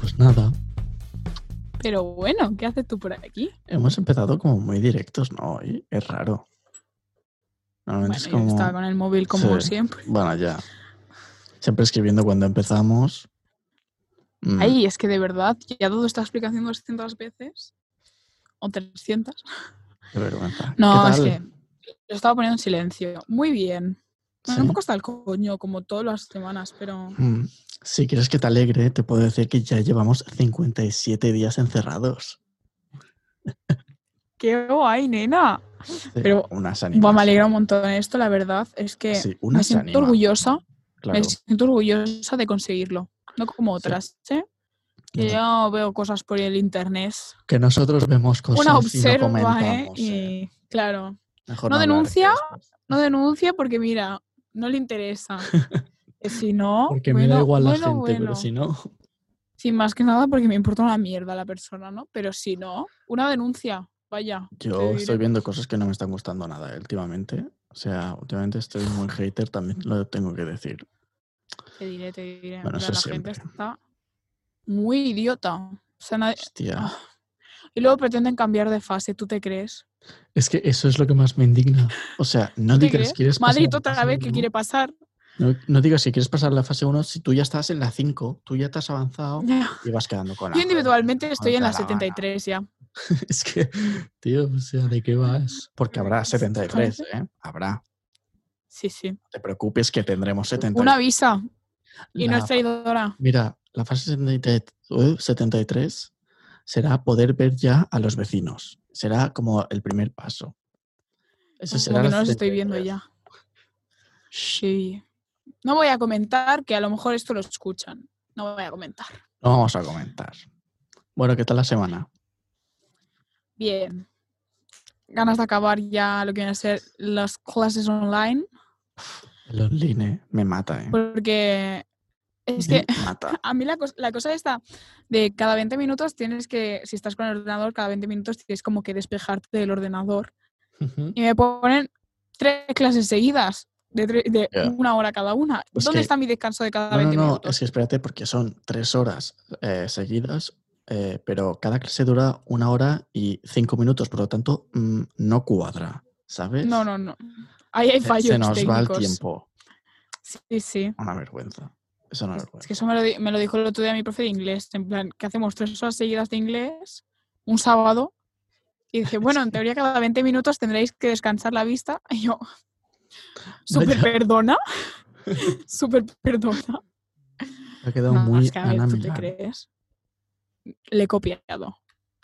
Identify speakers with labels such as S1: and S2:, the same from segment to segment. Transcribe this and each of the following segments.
S1: pues nada.
S2: Pero bueno, ¿qué haces tú por aquí?
S1: Hemos empezado como muy directos, ¿no? Hoy es raro.
S2: Bueno,
S1: Normalmente
S2: yo
S1: es como.
S2: estaba con el móvil como
S1: Sí.
S2: siempre.
S1: Bueno, ya. Siempre escribiendo cuando empezamos. Mm,
S2: Ay, es que de verdad, ya dado esta explicación 200 veces. O 300.
S1: Qué vergüenza.
S2: No,
S1: ¿Qué
S2: es
S1: tal?
S2: que lo estaba poniendo en silencio. Muy bien. Bueno,
S1: ¿Sí?
S2: un poco hasta el coño, como todas las semanas, pero
S1: Mm, Si quieres que te alegre, te puedo decir que ya llevamos 57 días encerrados.
S2: qué guay, nena.
S1: Sí,
S2: Pero-
S1: unas
S2: Buah,
S1: ánimas.
S2: me alegra un montón esto, la verdad. Es que
S1: Sí,
S2: me
S1: unas
S2: siento
S1: ánimas,
S2: orgullosa,
S1: claro.
S2: me siento orgullosa de conseguirlo. No como otras, ¿eh? Que
S1: No.
S2: yo veo cosas por el internet.
S1: Que nosotros vemos cosas
S2: Una
S1: Pues y no
S2: observa, ¿eh?
S1: comentamos. eh.
S2: Y claro,
S1: Mejor
S2: ¿no
S1: hablar de
S2: denuncia?
S1: estas cosas.
S2: no denuncia porque mira, no le interesa. Que si no,
S1: Porque me
S2: bueno,
S1: da igual la
S2: bueno,
S1: gente,
S2: bueno.
S1: pero si no.
S2: Sí, más que nada porque me importa una mierda la persona, ¿no? Pero si no, una denuncia, vaya. te
S1: Yo
S2: diré.
S1: estoy viendo cosas que no me están gustando nada eh, últimamente. O sea, últimamente estoy muy hater, también lo tengo que decir.
S2: Te diré, te diré. en
S1: Bueno,
S2: plan,
S1: eso
S2: la
S1: siempre.
S2: gente está muy idiota. O sea, nadie-
S1: Hostia.
S2: Ah. Y luego pretenden cambiar de fase, ¿tú te crees?
S1: Es que eso es lo que más me indigna. O sea, no
S2: ¿Tú te
S1: digas
S2: crees?
S1: quieres pasar
S2: Madrid
S1: la
S2: otra
S1: fase
S2: vez que
S1: uno.
S2: quiere pasar.
S1: No, no digas que quieres pasar la fase 1 si tú ya estás en la 5, tú ya te has avanzado
S2: Yo
S1: y vas quedando con la.
S2: individualmente estoy en la
S1: la gana.
S2: 73 ya.
S1: Es que, tío, o sea, ¿de qué vas? Porque habrá 73, ¿eh? Habrá.
S2: Sí, sí.
S1: No te preocupes que tendremos 73.
S2: Una visa y no
S1: La-
S2: es traidora.
S1: Mira, la fase 73 eh, 73 será poder ver ya a los vecinos. Será como el primer paso. Eso
S2: Como que
S1: la
S2: no los estoy
S1: 73.
S2: viendo ya.
S1: Shh,
S2: Sí. No voy a comentar que a lo mejor esto lo escuchan. No voy a comentar.
S1: no vamos a comentar. Bueno, ¿qué tal la semana?
S2: Bien. Ganas de acabar ya lo que vienen a ser las clases online,
S1: El online me mata, ¿eh?
S2: porque Pues es
S1: Me
S2: que
S1: mata.
S2: a mí la, cos- la cosa esta de cada 20 minutos tienes que, si estás con el ordenador, cada 20 minutos tienes como que despejarte del ordenador.
S1: Ujú.
S2: Y me ponen tres clases seguidas de, tre- de
S1: Ya.
S2: una hora cada una.
S1: Pues
S2: ¿Dónde
S1: que-
S2: está mi descanso de cada
S1: No, no,
S2: 20
S1: no,
S2: minutos?
S1: es que espérate porque son tres horas eh, seguidas, eh, pero cada clase dura una hora y cinco minutos, por lo tanto, mm, no cuadra, ¿sabes?
S2: No, no, no. Ahí hay
S1: Se-
S2: fallos
S1: Se nos va el
S2: técnicos.
S1: tiempo.
S2: Sí, sí.
S1: Una vergüenza. Es una
S2: Es- Es que
S1: vergüenza.
S2: eso me lo, di- me lo dijo el otro día mi profe de inglés, en plan, que hacemos tres horas seguidas de inglés, un sábado, y dije, bueno, en teoría cada 20 minutos tendréis que descansar la vista. Y yo, súper
S1: Vaya.
S2: perdona, súper perdona.
S1: Ha quedado
S2: No,
S1: muy
S2: es que a ver,
S1: Ana
S2: ¿tú te
S1: Milán.
S2: crees? Le he copiado.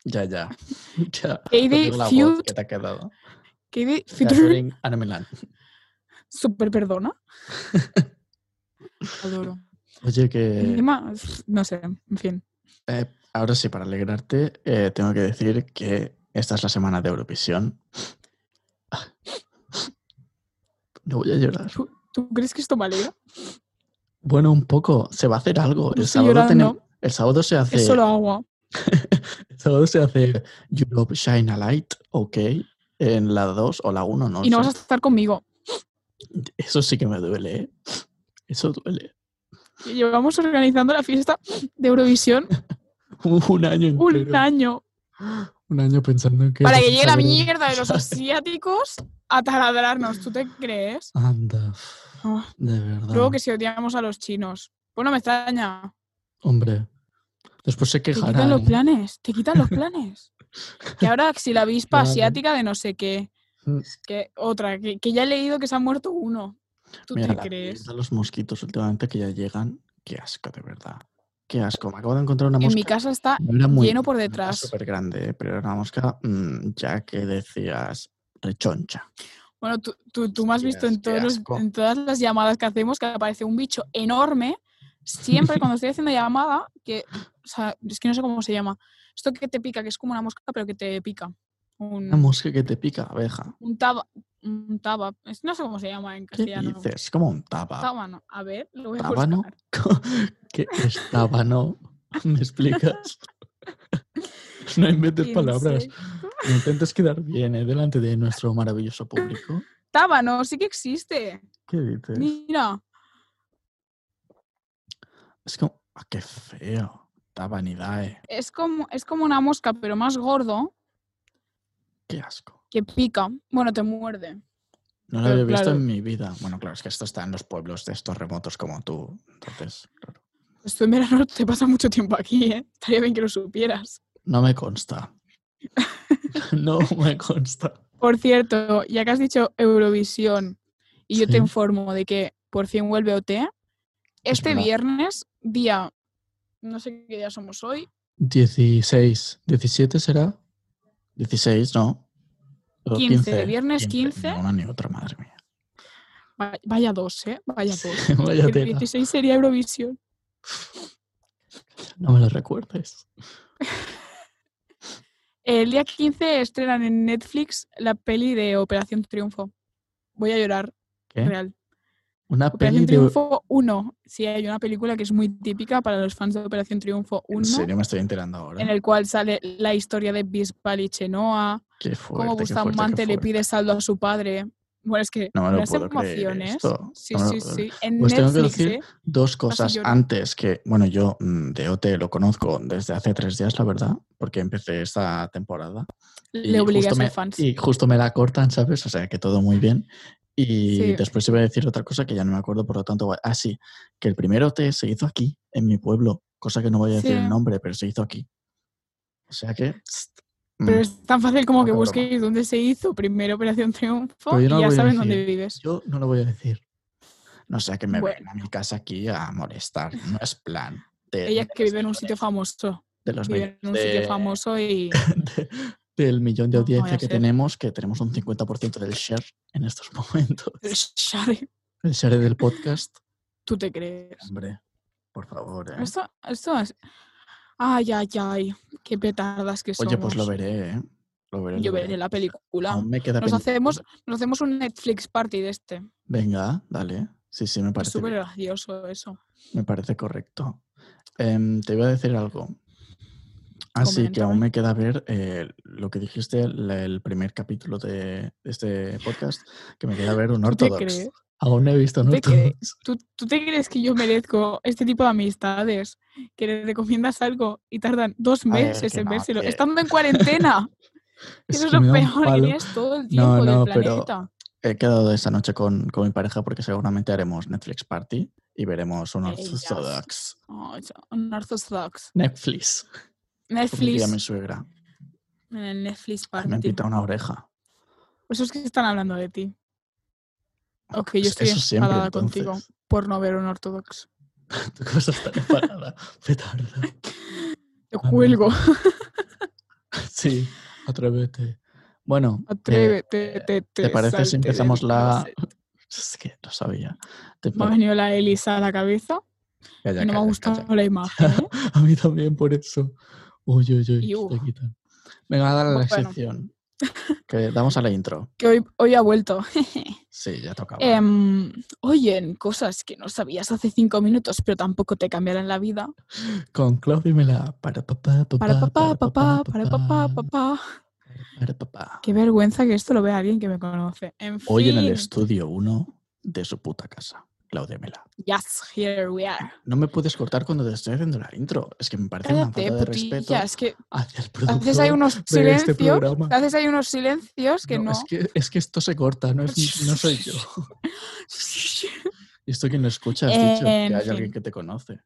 S1: Ya, ya. ya. Te
S2: Katie
S1: digo la voz
S2: Fiut-
S1: que te ha quedado.
S2: ¿Qué di-
S1: Catherine Ana Milán.
S2: Súper perdona. Adoro.
S1: Oye,
S2: Y
S1: que
S2: encima, no sé, en fin.
S1: eh, ahora sí, para alegrarte, eh, tengo que decir que esta es la semana de Eurovisión. No voy a llorar.
S2: ¿Tú, tú crees que esto me alegra?
S1: Bueno, un poco. Se va a hacer algo.
S2: No
S1: El
S2: estoy
S1: sábado,
S2: llorando.
S1: tenem- el sábado se hace.
S2: Es solo agua.
S1: el sábado se hace Europe Shine a Light, ok. En la 2 o la 1, no.
S2: Y no
S1: sé.
S2: vas a estar conmigo.
S1: Eso sí que me duele, ¿eh? Eso duele.
S2: Y Llevamos organizando la fiesta de Eurovisión
S1: Un año
S2: un
S1: entero.
S2: año
S1: Un año pensando que.
S2: para
S1: los
S2: que llegue la
S1: sabores-
S2: mierda de los asiáticos a taladrarnos. ¿Tú te crees?
S1: Anda.
S2: Ah,
S1: De verdad.
S2: Luego que si odiamos a los chinos. Pues no me extraña.
S1: Hombre. Después se
S2: Te quitan
S1: quejarán.
S2: los
S1: ¿eh?
S2: planes. Te quitan los planes. Que ahora que si la avispa
S1: Claro.
S2: asiática de no sé qué.
S1: Mm.
S2: Que otra, que, que ya he leído que se ha muerto uno. ¿Tú
S1: Mira,
S2: te
S1: la
S2: crees?
S1: mierda, los mosquitos últimamente que ya llegan. Qué asco, de verdad. Qué asco. Me acabo de encontrar una mosca.
S2: En mi casa está
S1: No era muy
S2: lleno por
S1: grande, Era
S2: detrás.
S1: súper grande, pero era una mosca mm, ya que decías rechoncha.
S2: Bueno, tú, tú, tú me has visto
S1: Hostias,
S2: en,
S1: qué
S2: todos los-
S1: asco.
S2: en todas las llamadas que hacemos que aparece un bicho enorme. Siempre cuando estoy haciendo llamada, que. O sea, es que no sé cómo se llama. Esto que te pica, que es como una mosca, pero que te pica.
S1: Una
S2: Un,
S1: mosca que te pica, abeja.
S2: un taba. Un taba. es- No sé cómo se llama en
S1: ¿Qué
S2: castellano.
S1: dices? Como un taba.
S2: Tábano. A ver, lo voy a
S1: ¿Tábano?
S2: buscar.
S1: ¿Qué es tábano? ¿Me explicas? No inventes palabras.
S2: Insecto.
S1: No Intentes quedar bien eh, delante de nuestro maravilloso público.
S2: Tábano, sí que existe.
S1: ¿Qué dices?
S2: Mira.
S1: Es como... ah, ¡Qué feo! Esta vanidad, eh.
S2: Es como, es como una mosca, pero más gordo,
S1: Qué asco.
S2: que pica. Bueno, te muerde.
S1: No lo
S2: Pero
S1: había visto
S2: claro.
S1: en mi vida. Bueno, claro, es que esto está en los pueblos de estos remotos como tú. Entonces, claro.
S2: Pues tú en verano te pasa mucho tiempo aquí, ¿eh? Estaría bien que lo supieras.
S1: No me consta. no me consta.
S2: Por cierto, ya que has dicho Eurovisión y yo
S1: Sí.
S2: te informo de que por fin vuelve OT, este
S1: verdad.
S2: viernes, día, no sé qué día somos hoy,
S1: 16. ¿17 será? 16, ¿no? O
S2: 15, viernes 15.
S1: No, una ni otra, madre mía.
S2: va- vaya dos, ¿eh? Vaya dos.
S1: Vaya
S2: El
S1: tela,
S2: 16 sería Eurovisión.
S1: no me lo recuerdes.
S2: El día 15 estrenan en Netflix la peli de Operación Triunfo. Voy a llorar,
S1: ¿Qué?
S2: real.
S1: Una peli
S2: Operación
S1: de...
S2: Triunfo 1. Sí, hay una película que es muy típica para los fans de Operación Triunfo 1,
S1: En serio, me estoy enterando ahora.
S2: en el cual sale la historia de Bisbal y Chenoa,
S1: Qué fuerte, qué
S2: cómo
S1: fuerte,
S2: Bustamante
S1: qué
S2: le
S1: fuerte.
S2: pide saldo a su padre. Bueno, es que
S1: No me lo
S2: unas
S1: puedo creer
S2: emociones.
S1: esto.
S2: Sí,
S1: No me lo
S2: sí,
S1: puedo
S2: sí. En
S1: Pues tengo que
S2: Netflix,
S1: decir-
S2: ¿eh?
S1: Dos cosas
S2: lloro.
S1: antes que, bueno, yo mm, de OT lo conozco desde hace tres días, la verdad, porque empecé esta temporada. y
S2: Le obliga a
S1: justo
S2: ser
S1: me-
S2: fans.
S1: Y justo me la cortan, ¿sabes? O sea, que todo muy bien. Y
S2: Sí.
S1: después iba a decir otra cosa que ya no me acuerdo, por lo tanto, ah, sí, que el primer OT se hizo aquí, en mi pueblo, cosa que no voy a decir
S2: Sí.
S1: el nombre, pero se hizo aquí. O sea que... pst,
S2: Pero
S1: mm,
S2: es tan fácil como que
S1: Poca broma.
S2: busquéis dónde se hizo primero Operación Triunfo
S1: Pero yo no lo
S2: y ya
S1: voy a
S2: saben
S1: decir.
S2: dónde vives.
S1: yo no lo voy a decir. No sea que me
S2: Bueno.
S1: vengan a mi casa aquí a molestar, no es plan. de-
S2: Ella
S1: de
S2: que
S1: los
S2: vive en un
S1: millones-
S2: sitio famoso.
S1: De los
S2: Vive en un
S1: millones
S2: sitio
S1: de-
S2: famoso y
S1: de- del millón de
S2: No, no voy
S1: audiencia
S2: a
S1: que
S2: ser.
S1: tenemos, que tenemos un 50% del share en estos momentos.
S2: Shari,
S1: El share del podcast.
S2: tú te crees.
S1: Hombre, por favor. ¿eh?
S2: Esto, esto es. Ay, ay, ay. Qué petardas que somos.
S1: Oye, pues lo veré, ¿eh? Lo veré.
S2: Yo
S1: lo
S2: veré la película.
S1: Aún me queda
S2: Nos
S1: pendiente.
S2: hacemos, nos hacemos un Netflix party de este.
S1: Venga, dale. Sí, sí, me
S2: Es
S1: parece,
S2: súper
S1: bien,
S2: gracioso eso.
S1: me parece correcto. Em, te iba a decir algo. Así que aún
S2: Coméntame.
S1: me queda ver eh, lo que dijiste el, el primer capítulo de este podcast, que me queda ver un
S2: ¿Tú te
S1: ortodox.
S2: crees?
S1: Aún no he visto un
S2: ¿Tú te crees?
S1: ortodox.
S2: ¿Tú, tú te crees que yo merezco este tipo de amistades? Que le recomiendas algo y tardan dos
S1: ver,
S2: meses
S1: que
S2: en
S1: no,
S2: vérselo.
S1: que-
S2: Estando en cuarentena.
S1: Es
S2: Eso es
S1: que me
S2: lo
S1: da un
S2: peor.
S1: palo.
S2: Inés, todo el
S1: No,
S2: tiempo
S1: no,
S2: del
S1: pero-
S2: planeta.
S1: He quedado esta noche con, con mi pareja porque seguramente haremos Netflix Party y veremos un
S2: Ellas.
S1: Orthodox.
S2: Oh, it's an orthodox.
S1: Netflix. Como diría mi
S2: Netflix.
S1: suegra.
S2: En el Netflix
S1: Ay, Me
S2: party.
S1: invita una oreja.
S2: Eso es que están hablando de ti. Ok, yo
S1: Pues
S2: estoy
S1: eso siempre,
S2: enfadada contigo
S1: entonces.
S2: por no ver un ortodox.
S1: Tú que vas a estar enfadada, petarda.
S2: Te
S1: Ah, no.
S2: cuelgo.
S1: Sí, atrévete. Bueno, eh,
S2: Atrévete,
S1: eh,
S2: te, te,
S1: ¿te parece si
S2: salte del
S1: empezamos la...?
S2: closet.
S1: Es que no sabía. Te
S2: Me ha
S1: pare-
S2: venido la Elisa a la cabeza
S1: Calla,
S2: y no me ha
S1: calla,
S2: gustado
S1: calla.
S2: la imagen. ¿eh?
S1: A mí también, por eso. Uy, uy, uy,
S2: Y
S1: quita,
S2: uy.
S1: quita. Venga, dale a la
S2: Bueno.
S1: sección. Que damos a la intro.
S2: Que hoy, hoy ha vuelto.
S1: Ah, Sí, ya tocaba.
S2: Em, oyen cosas que no sabías hace cinco minutos, pero tampoco te cambiarán la vida.
S1: Con Claudio Mela. Para papá, papá.
S2: Para papá, papá,
S1: papá,
S2: para papá, papá.
S1: Para papá.
S2: Qué vergüenza que esto lo vea alguien que me conoce. En
S1: Hoy en el
S2: fin.
S1: estudio 1 de su puta casa. Claudia Mela.
S2: Yes, here we are.
S1: No me puedes cortar cuando te estoy haciendo la intro. Es que me parece una
S2: Cállate,
S1: falta de respeto
S2: putilla. Es que
S1: hacia el
S2: a
S1: productor
S2: veces hay unos
S1: de este
S2: silencios.
S1: programa.
S2: a veces hay unos silencios que no.
S1: Es, que, es que esto se corta, no, es- no soy yo. ¿Y esto quién lo escucha? Has dicho que
S2: Eh, En
S1: hay
S2: fin.
S1: alguien que te conoce.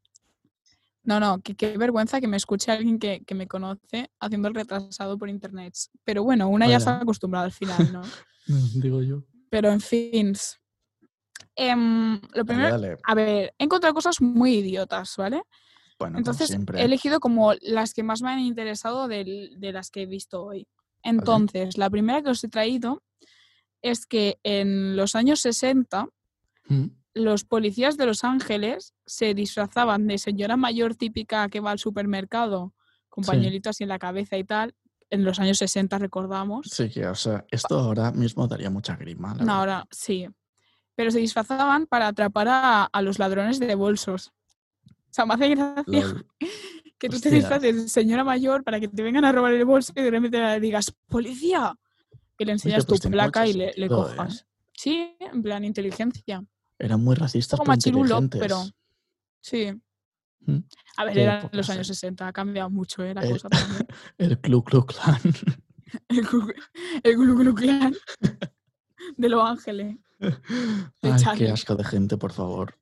S2: No, no, que qué vergüenza que me escuche alguien que, que me conoce haciendo el retrasado por internet. Pero bueno, una
S1: Vaya.
S2: ya está acostumbrada al final, ¿no? Mm,
S1: Digo yo.
S2: Pero en fin. Em, lo
S1: Dale,
S2: primero,
S1: dale.
S2: a ver, he encontrado cosas muy idiotas, ¿vale?
S1: Bueno,
S2: Entonces,
S1: como siempre.
S2: he elegido como las que más me han interesado del- de las que he visto hoy. Entonces, la primera que os he traído es que en los años 60
S1: Mm.
S2: los policías de Los Ángeles se disfrazaban de señora mayor típica que va al supermercado con
S1: Sí.
S2: pañuelitos así en la cabeza y tal. En los años 60 recordamos.
S1: Sí, que, o sea, esto ahora mismo daría mucha grima. la
S2: No,
S1: verdad.
S2: ahora sí. Pero se disfrazaban para atrapar a, a los ladrones de bolsos. O sea, me hace gracia
S1: Lol.
S2: que tú
S1: hostia.
S2: te disfraces de señora mayor para que te vengan a robar el bolso y de repente le digas, ¡policía! Que le enseñas
S1: pues
S2: tu
S1: tiene mucho
S2: placa y le, le
S1: sentido, ¿eh?
S2: cojas. Sí, en plan inteligencia.
S1: Eran muy racistas,
S2: poco
S1: pero
S2: machirulo, pero-
S1: inteligentes.
S2: Sí.
S1: Mm.
S2: A ver,
S1: Qué
S2: eran
S1: épocas,
S2: los
S1: eh.
S2: años 60, ha cambiado mucho eh, la
S1: Eh.
S2: cosa también.
S1: El Ku Klux Klan.
S2: El Ku- el Ku Klux Klan de Los Ángeles.
S1: Ay, qué
S2: Charlie.
S1: asco de gente, por favor.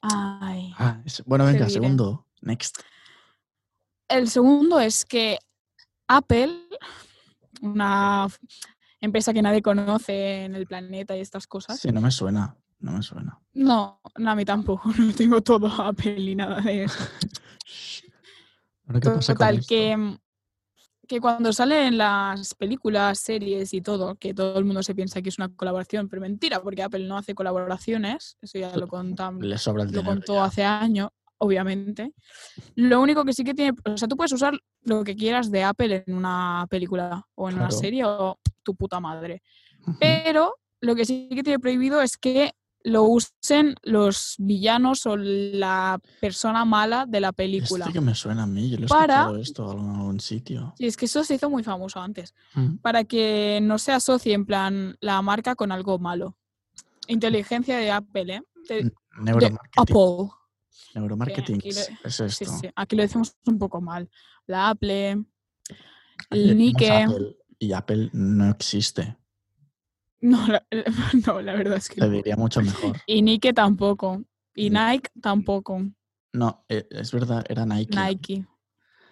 S2: Ay.
S1: Ah, es- bueno,
S2: Te
S1: venga,
S2: diré.
S1: segundo. Next.
S2: El segundo es que Apple, una f- empresa que nadie conoce en el planeta y estas cosas.
S1: Sí, no me suena. No me suena.
S2: No, no, a mí tampoco, no tengo todo Apple y nada de eso.
S1: Ahora, ¿qué pasa con
S2: Total,
S1: esto?
S2: que, mm, que cuando salen las películas, series y todo, que todo el mundo se piensa que es una colaboración, pero mentira, porque Apple no hace colaboraciones, eso ya lo contam-
S1: Le sobra el
S2: lo
S1: dinero.
S2: contó
S1: ya.
S2: hace años, obviamente. Lo único que sí que tiene, o sea, tú puedes usar lo que quieras de Apple en una película o en una
S1: Claro. Mm.
S2: serie o tu puta madre.
S1: Ujú.
S2: Pero lo que sí que tiene prohibido es que lo usen los villanos o la persona mala de la película.
S1: Este que me suena a mí. Yo lo he
S2: Para-
S1: escuchado esto en algún sitio.
S2: Y es que eso se hizo muy famoso antes,
S1: Mm.
S2: para que no se asocie en plan la marca con algo malo. Inteligencia de Apple, ¿eh? De-
S1: N- Neuromarketing.
S2: Apple.
S1: Neuromarketing
S2: Que aquí
S1: es
S2: Sí,
S1: esto.
S2: sí. Aquí lo decimos un poco mal. La Apple,
S1: Oye,
S2: el
S1: tenemos
S2: Nike.
S1: Apple y Apple no existe.
S2: No la, no, la verdad es que
S1: Te
S2: no.
S1: diría mucho mejor.
S2: Y Nike tampoco. Y
S1: Ni-
S2: Nike tampoco.
S1: No, e- es verdad, era Nike. ¿no?
S2: Nike.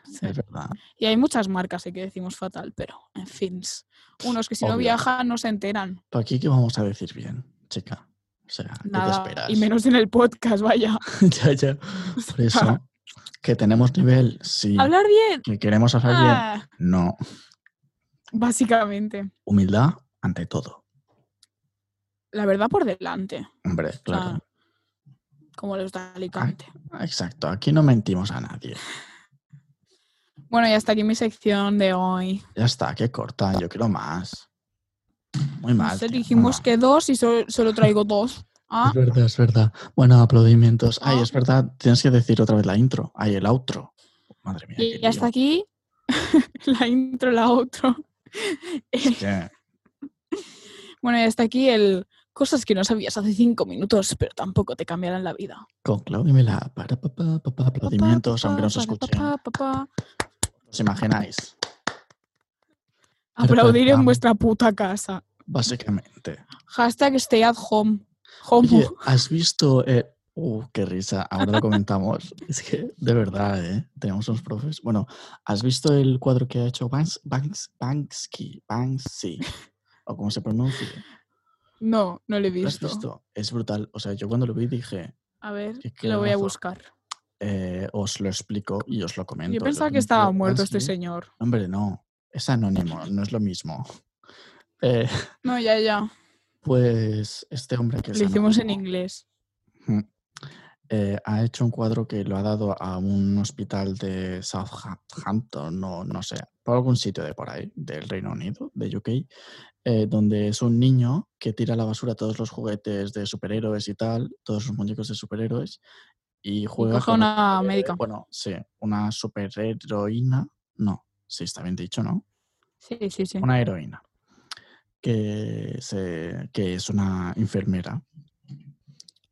S2: Sí.
S1: Es verdad.
S2: Y hay muchas marcas sí, que decimos fatal, pero en fin. Unos que si no
S1: Obvio.
S2: viajan no se enteran.
S1: ¿Pero aquí qué vamos a decir bien, chica? O sea, ¿qué te
S2: Nada.
S1: esperas?
S2: Y menos en el podcast, vaya.
S1: ya, ya. Por eso, que tenemos nivel, sí.
S2: Hablar bien.
S1: Que queremos hablar
S2: Ah,
S1: bien, no.
S2: básicamente.
S1: Humildad ante todo.
S2: La verdad por delante.
S1: Hombre, claro.
S2: Como los de
S1: Ah.
S2: Alicante.
S1: Exacto, aquí no mentimos a nadie.
S2: Bueno, y hasta aquí mi sección de hoy.
S1: Ya está, qué corta, yo quiero más. Muy mal.
S2: Nosotros
S1: tío, muy
S2: dijimos
S1: mal.
S2: que dos y solo, solo traigo dos. Ah,
S1: Es verdad, es verdad. Bueno, aplaudimientos. Ay,
S2: Ah.
S1: es verdad, tienes que decir otra vez la intro. Ay, el outro. Madre mía. qué
S2: y hasta
S1: lío.
S2: aquí la intro, la otro.
S1: Es que-
S2: bueno, y hasta aquí el cosas que no sabías hace cinco minutos, pero tampoco te cambiarán la vida.
S1: Con Claudio Mela, para papá, papá,
S2: Pa, pa,
S1: aplaudimientos,
S2: pa,
S1: aunque no se
S2: pa, pa,
S1: escuchen.
S2: pa, pa, pa.
S1: ¿Os imagináis?
S2: Aplaudir
S1: pam.
S2: en vuestra puta casa.
S1: Básicamente.
S2: Hashtag stay at home. Home.
S1: Oye, ¿has visto? eh, Uh, qué risa, ahora lo comentamos. Es que, de verdad, ¿eh? Tenemos unos profes. Bueno, ¿has visto el cuadro que ha hecho Banks, Banks, Banksy, Banksy? ¿O cómo se pronuncia?
S2: No, no lo he
S1: ¿Lo has
S2: visto.
S1: visto? Es brutal. O sea, yo cuando lo vi dije,
S2: A ver,
S1: Qué- qué
S2: lo voy a
S1: mazo.
S2: buscar.
S1: eh, os lo explico y os lo comento.
S2: Yo
S1: Lo
S2: pensaba que
S1: que
S2: estaba
S1: hizo
S2: muerto este
S1: Banksy-
S2: señor.
S1: Hombre, no. Es anónimo, no es lo mismo. Eh,
S2: No, ya, ya.
S1: Pues este hombre que es
S2: Lo hicimos en
S1: anónimo,
S2: inglés.
S1: ujú, eh, ha hecho un cuadro que lo ha dado a un hospital de Southampton, no, no sé, por algún sitio de por ahí, del Reino Unido, de UK, eh, donde es un niño que tira a la basura todos los juguetes de superhéroes y tal, todos sus muñecos de superhéroes, y
S2: Y
S1: juega
S2: coge
S1: con un
S2: una
S1: superhéroe,
S2: médica.
S1: Bueno, sí, una superheroína, no, sí, está bien dicho, ¿no?
S2: Sí, sí, sí.
S1: una heroína que, se- que es una enfermera.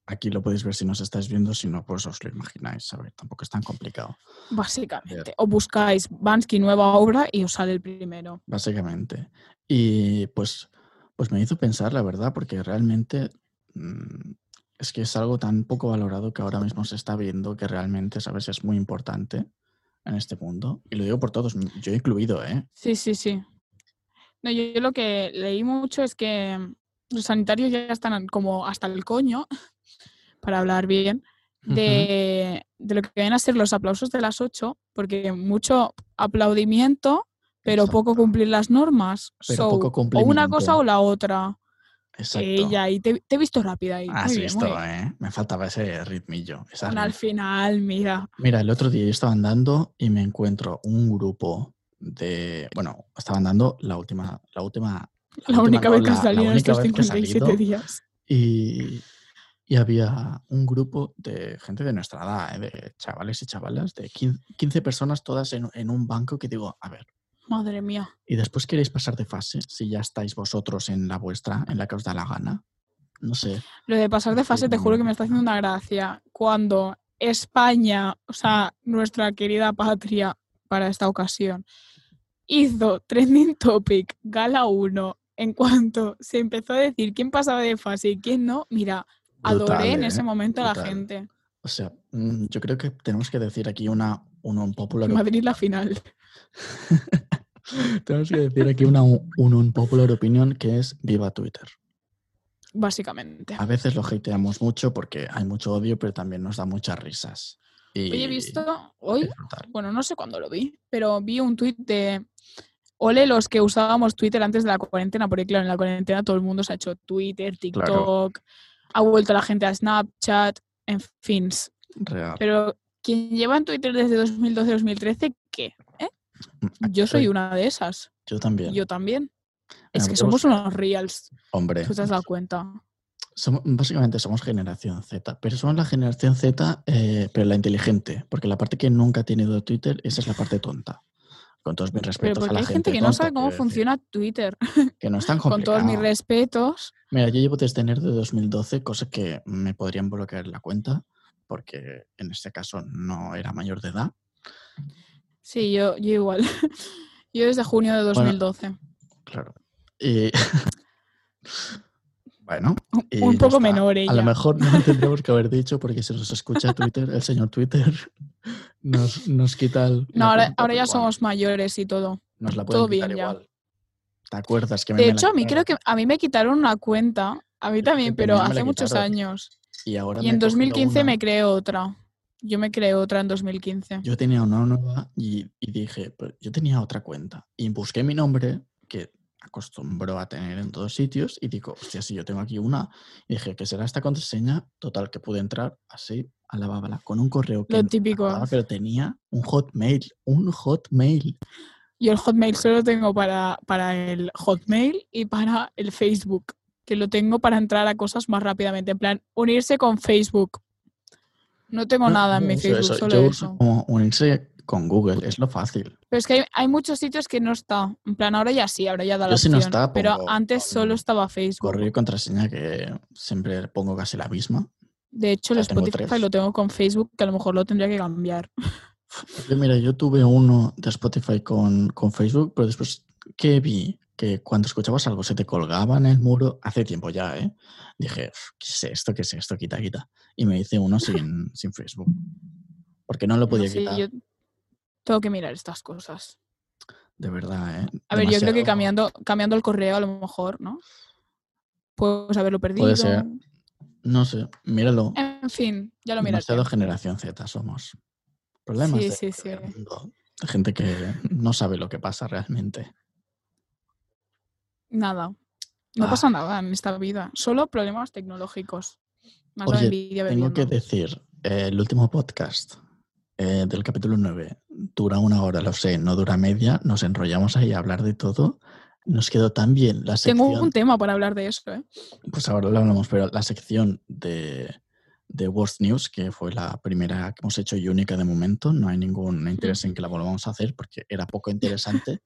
S1: Aquí lo podéis ver si nos estáis viendo, si no, pues os lo imagináis. A ver, tampoco es tan complicado,
S2: Básicamente. O buscáis Bansky nueva obra y os sale el primero.
S1: básicamente. Y pues, pues me hizo pensar, la verdad, porque realmente mm, es que es algo tan poco valorado que ahora mismo se está viendo que realmente, ¿sabes? Es muy importante en este mundo. Y lo digo por todos, yo incluido, ¿eh?
S2: Sí, sí, sí. No, yo, yo lo que leí mucho es que los sanitarios ya están como hasta el coño, para hablar bien, de, de lo que vienen a ser los aplausos de las 8, porque mucho aplaudimiento, pero poco
S1: Exacto.
S2: cumplir las normas.
S1: Pero
S2: So,
S1: poco
S2: o una
S1: cumplimiento.
S2: cosa o la otra.
S1: Exacto.
S2: Ella, y te, te he visto rápida ahí.
S1: Has
S2: muy bien,
S1: visto,
S2: muy bien.
S1: ¿eh? Me faltaba ese ritmillo. esa
S2: Bueno, al
S1: rima.
S2: final, mira.
S1: Mira, el otro día yo estaba andando y me encuentro un grupo de. Bueno, estaba andando la última. La última.
S2: La,
S1: última
S2: única
S1: no,
S2: vez que
S1: la-
S2: has
S1: la
S2: salido en
S1: única
S2: estos
S1: vez que he
S2: 57
S1: salido.
S2: días.
S1: Y, y había un grupo de gente de nuestra edad, ¿eh? de chavales y chavalas, de 15, 15 personas todas en, en un banco que digo, a ver,
S2: Madre mía.
S1: ¿y después queréis pasar de fase si ya estáis vosotros en la vuestra, en la que os da la gana? No sé.
S2: Lo de pasar de fase, te juro que me está haciendo una gracia. Cuando España, o sea, nuestra querida patria para esta ocasión, hizo Trending Topic Gala 1 en cuanto se empezó a decir quién pasaba de fase y quién no. Mira, adoré
S1: Brutal,
S2: en
S1: ¿eh?
S2: ese momento a la
S1: Brutal.
S2: gente.
S1: O sea, mm, yo creo que tenemos que decir aquí una, una unpopular
S2: Madrid la final.
S1: Tenemos que decir aquí una un unpopular opinión que es viva Twitter.
S2: Básicamente.
S1: A veces lo hateamos mucho porque hay mucho odio, pero también nos da muchas risas. Y
S2: Hoy he visto, hoy,
S1: es brutal.
S2: bueno, no sé cuándo lo vi, pero vi un tuit de Ole los que usábamos Twitter antes de la cuarentena, porque claro, en la cuarentena todo el mundo se ha hecho Twitter, TikTok,
S1: Claro.
S2: ha vuelto la gente a Snapchat, en fin.
S1: Real.
S2: Pero quien lleva en Twitter desde 2012-2013, ¿qué? ¿Eh?
S1: Aquí
S2: Yo soy
S1: estoy.
S2: una de esas.
S1: Yo también.
S2: Yo también. Es que
S1: Ambos.
S2: somos unos reals,
S1: Hombre.
S2: tú te has dado cuenta.
S1: Somo- básicamente somos generación Z, pero somos la generación Z, eh, pero la inteligente, porque la parte que nunca ha tenido Twitter, esa es la parte tonta. Con todos mis
S2: Pero
S1: respetos a
S2: porque
S1: la
S2: hay gente que no
S1: tonta,
S2: sabe cómo
S1: quiero decir,
S2: funciona Twitter.
S1: Que no es tan
S2: Con
S1: complicado.
S2: todos mis respetos.
S1: Mira, yo llevo desde enero de 2012, cosa que me podrían bloquear la cuenta, porque en este caso no era mayor de edad.
S2: Sí, yo, yo igual. Yo desde junio de 2012.
S1: Claro. Y- bueno. y
S2: un
S1: ya
S2: poco
S1: está.
S2: menor ella.
S1: A lo mejor no lo tendríamos que haber dicho porque si nos escucha Twitter, el señor Twitter nos, nos quita el...
S2: No,
S1: la
S2: ahora,
S1: cuenta,
S2: ahora
S1: pero
S2: ya
S1: bueno,
S2: somos mayores y todo.
S1: Nos la
S2: todo
S1: pueden quitar
S2: bien ya.
S1: igual. ¿Te acuerdas que a mí
S2: De
S1: me la
S2: hecho, a mí
S1: quitaron?
S2: creo que a mí me quitaron una cuenta. A mí también, pero
S1: también me la
S2: hace muchos
S1: quitaron.
S2: años.
S1: Y, ahora
S2: Y
S1: me he
S2: en
S1: cogido
S2: 2015
S1: una.
S2: me creé otra. Yo me creé otra en 2015.
S1: Yo tenía una nueva y, y dije, "Pero yo tenía otra cuenta. Y busqué mi nombre, que acostumbró a tener en todos sitios, y digo, hostia, si yo tengo aquí una. Y dije, ¿qué será esta contraseña? Total, que pude entrar así, a la bábala, con un correo que
S2: Lo
S1: no me
S2: típico.
S1: acordaba, pero tenía un hotmail, un hotmail.
S2: Yo el Hotmail solo tengo para, para el Hotmail y para el Facebook, que lo tengo para entrar a cosas más rápidamente, en plan unirse con Facebook. No tengo
S1: Ah, No,
S2: nada en
S1: yo
S2: mi
S1: uso
S2: Facebook,
S1: eso,
S2: solo
S1: yo
S2: eso.
S1: uso como unirse con Google, es lo fácil.
S2: Pero es que hay, hay muchos sitios que no está. En plan, ahora ya sí, ahora ya da
S1: Yo
S2: la
S1: si no
S2: opción,
S1: está,
S2: pero
S1: pongo-
S2: antes solo
S1: pongo
S2: estaba Facebook.
S1: Correo y contraseña que siempre pongo casi la misma.
S2: De hecho, el
S1: Ya tengo
S2: Spotify
S1: tres.
S2: lo tengo con Facebook, que a lo mejor lo tendría que cambiar.
S1: Yo, mira, yo tuve uno de Spotify con, con Facebook, pero después que vi que cuando escuchabas algo se te colgaba en el muro, hace tiempo ya, ¿eh? Dije, "Uf, ¿qué es esto? ¿Qué es esto? Quita, quita. Y me hice uno sin, sin Facebook. Porque no lo
S2: No
S1: podía
S2: sé,
S1: quitar,
S2: yo tengo que mirar estas cosas.
S1: de verdad, ¿eh?
S2: A ver, yo creo que
S1: Demasiado.
S2: cambiando, cambiando el correo a lo mejor, ¿no? Pues, Puedes haberlo perdido.
S1: Puede ser. No sé, míralo.
S2: En fin, ya lo miraré.
S1: Demasiado generación Z somos. Problemas
S2: Sí,
S1: de-
S2: sí,
S1: del
S2: sí.
S1: mundo. De gente que no sabe lo que pasa realmente.
S2: Nada. No
S1: Ah.
S2: pasa nada en esta vida. Solo problemas tecnológicos. Más
S1: Oye,
S2: la envidia
S1: Tengo que
S2: bebiendo.
S1: decir, eh, el último podcast eh, del capítulo 9 dura una hora, lo sé, no dura media, nos enrollamos ahí a hablar de todo. Nos quedó tan bien la
S2: Tengo
S1: sección,
S2: un tema para hablar de eso, ¿eh?
S1: pues ahora lo hablamos, pero la sección de, de Worst News, que fue la primera que hemos hecho y única de momento, no hay ningún interés en que la volvamos a hacer porque era poco interesante.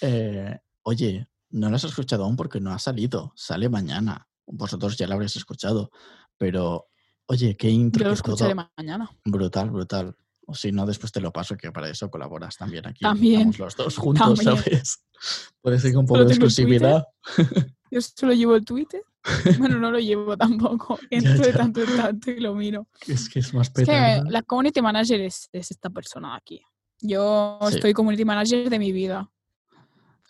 S1: Eh, oye, no la has escuchado aún porque no ha salido, sale mañana. Vosotros ya la habréis escuchado, pero oye, qué intro.
S2: Yo lo
S1: qué todo.
S2: escucharé mañana.
S1: Brutal, brutal. O si no, después te lo paso, que para eso colaboras también aquí.
S2: También,
S1: Estamos los dos juntos,
S2: también.
S1: ¿sabes? Puede ser con poco de
S2: tengo en
S1: exclusividad.
S2: Yo solo llevo el Twitter. Bueno, no lo llevo tampoco. Entro de
S1: ya.
S2: tanto en tanto y lo miro.
S1: Es que es más
S2: Es que
S1: petarda.
S2: la community manager es, es esta persona de aquí. Yo
S1: Sí.
S2: estoy community manager de mi vida.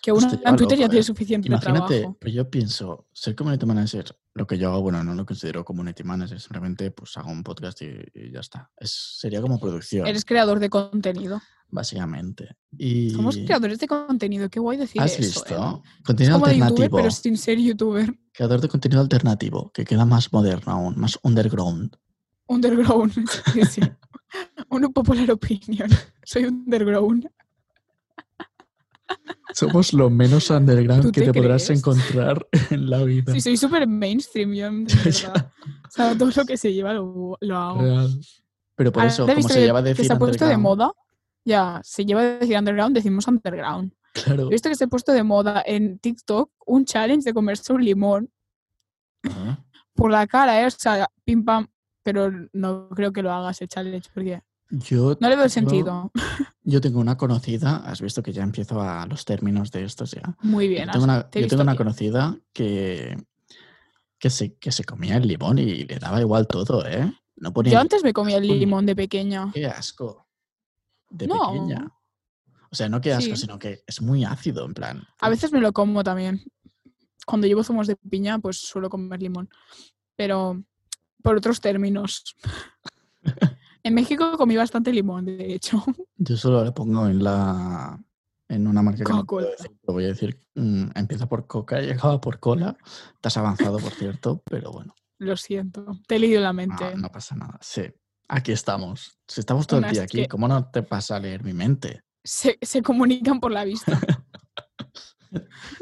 S2: Que
S1: Hostia,
S2: una en
S1: lleva
S2: Twitter ya
S1: loco,
S2: tiene
S1: eh.
S2: suficiente
S1: Imagínate,
S2: trabajo.
S1: pero yo pienso, ser community manager, lo que yo hago, bueno, no lo considero community manager, simplemente pues hago un podcast y, y ya está. Es- sería como producción,
S2: Eres creador de contenido.
S1: básicamente. Y
S2: Somos creadores de contenido. Qué guay decir
S1: ¿Has
S2: eso. ¿eh?
S1: visto?
S2: Es
S1: Contenido
S2: como de youtuber,
S1: alternativo.
S2: pero sin ser youtuber.
S1: Creador de contenido alternativo, que queda más moderno aún, más underground.
S2: Underground. sí, sí. Una popular opinion. Soy underground.
S1: Somos lo menos underground
S2: ¿Tú
S1: que te,
S2: te
S1: podrás
S2: crees?
S1: encontrar en la vida.
S2: Sí, soy súper mainstream, yo, de
S1: Ya,
S2: verdad. O sea, todo lo que se lleva lo, lo hago.
S1: Real. Pero por
S2: Ahora
S1: eso,
S2: Ah, he
S1: como
S2: visto
S1: se
S2: que-
S1: lleva a
S2: que
S1: decir
S2: se ha puesto de
S1: underground,
S2: moda. Ya, se lleva a decir underground, decimos underground.
S1: Claro.
S2: He visto que se ha puesto de moda en TikTok un challenge de comerse un limón
S1: Ah,
S2: por la cara, ¿eh? O sea, pim pam, pero no creo que lo haga ese challenge porque
S1: Yo
S2: no le
S1: tengo-
S2: veo el sentido.
S1: Yo tengo una conocida, has visto que ya empiezo a los términos de estos ya.
S2: Muy
S1: Yo
S2: bien.
S1: tengo una,
S2: te he
S1: yo tengo
S2: visto
S1: una
S2: bien.
S1: conocida que, que, se, que se comía el limón y le daba igual todo, ¿eh? No ponía
S2: Yo
S1: ni-
S2: antes me comía el
S1: Ponía.
S2: limón de pequeña.
S1: Qué asco. De
S2: No.
S1: pequeña. O sea, no qué asco,
S2: Sí.
S1: sino que es muy ácido, en plan.
S2: A veces me lo como también. Cuando llevo zumos de piña, pues suelo comer limón. Pero por otros términos. en México comí bastante limón, de hecho.
S1: Yo solo le pongo en la. En una marca que no puedo
S2: Coca-Cola.
S1: decir, pero voy a decir, mm, empieza por coca y acaba por cola. Te has avanzado, por cierto, pero bueno,
S2: Lo siento. Te he leído la
S1: no,
S2: mente.
S1: Ah, no pasa nada. Sí, aquí estamos. Si estamos todo el
S2: Bueno,
S1: día
S2: es
S1: aquí,
S2: que-
S1: ¿cómo no te pasa a leer mi mente?
S2: Se, se comunican por la vista.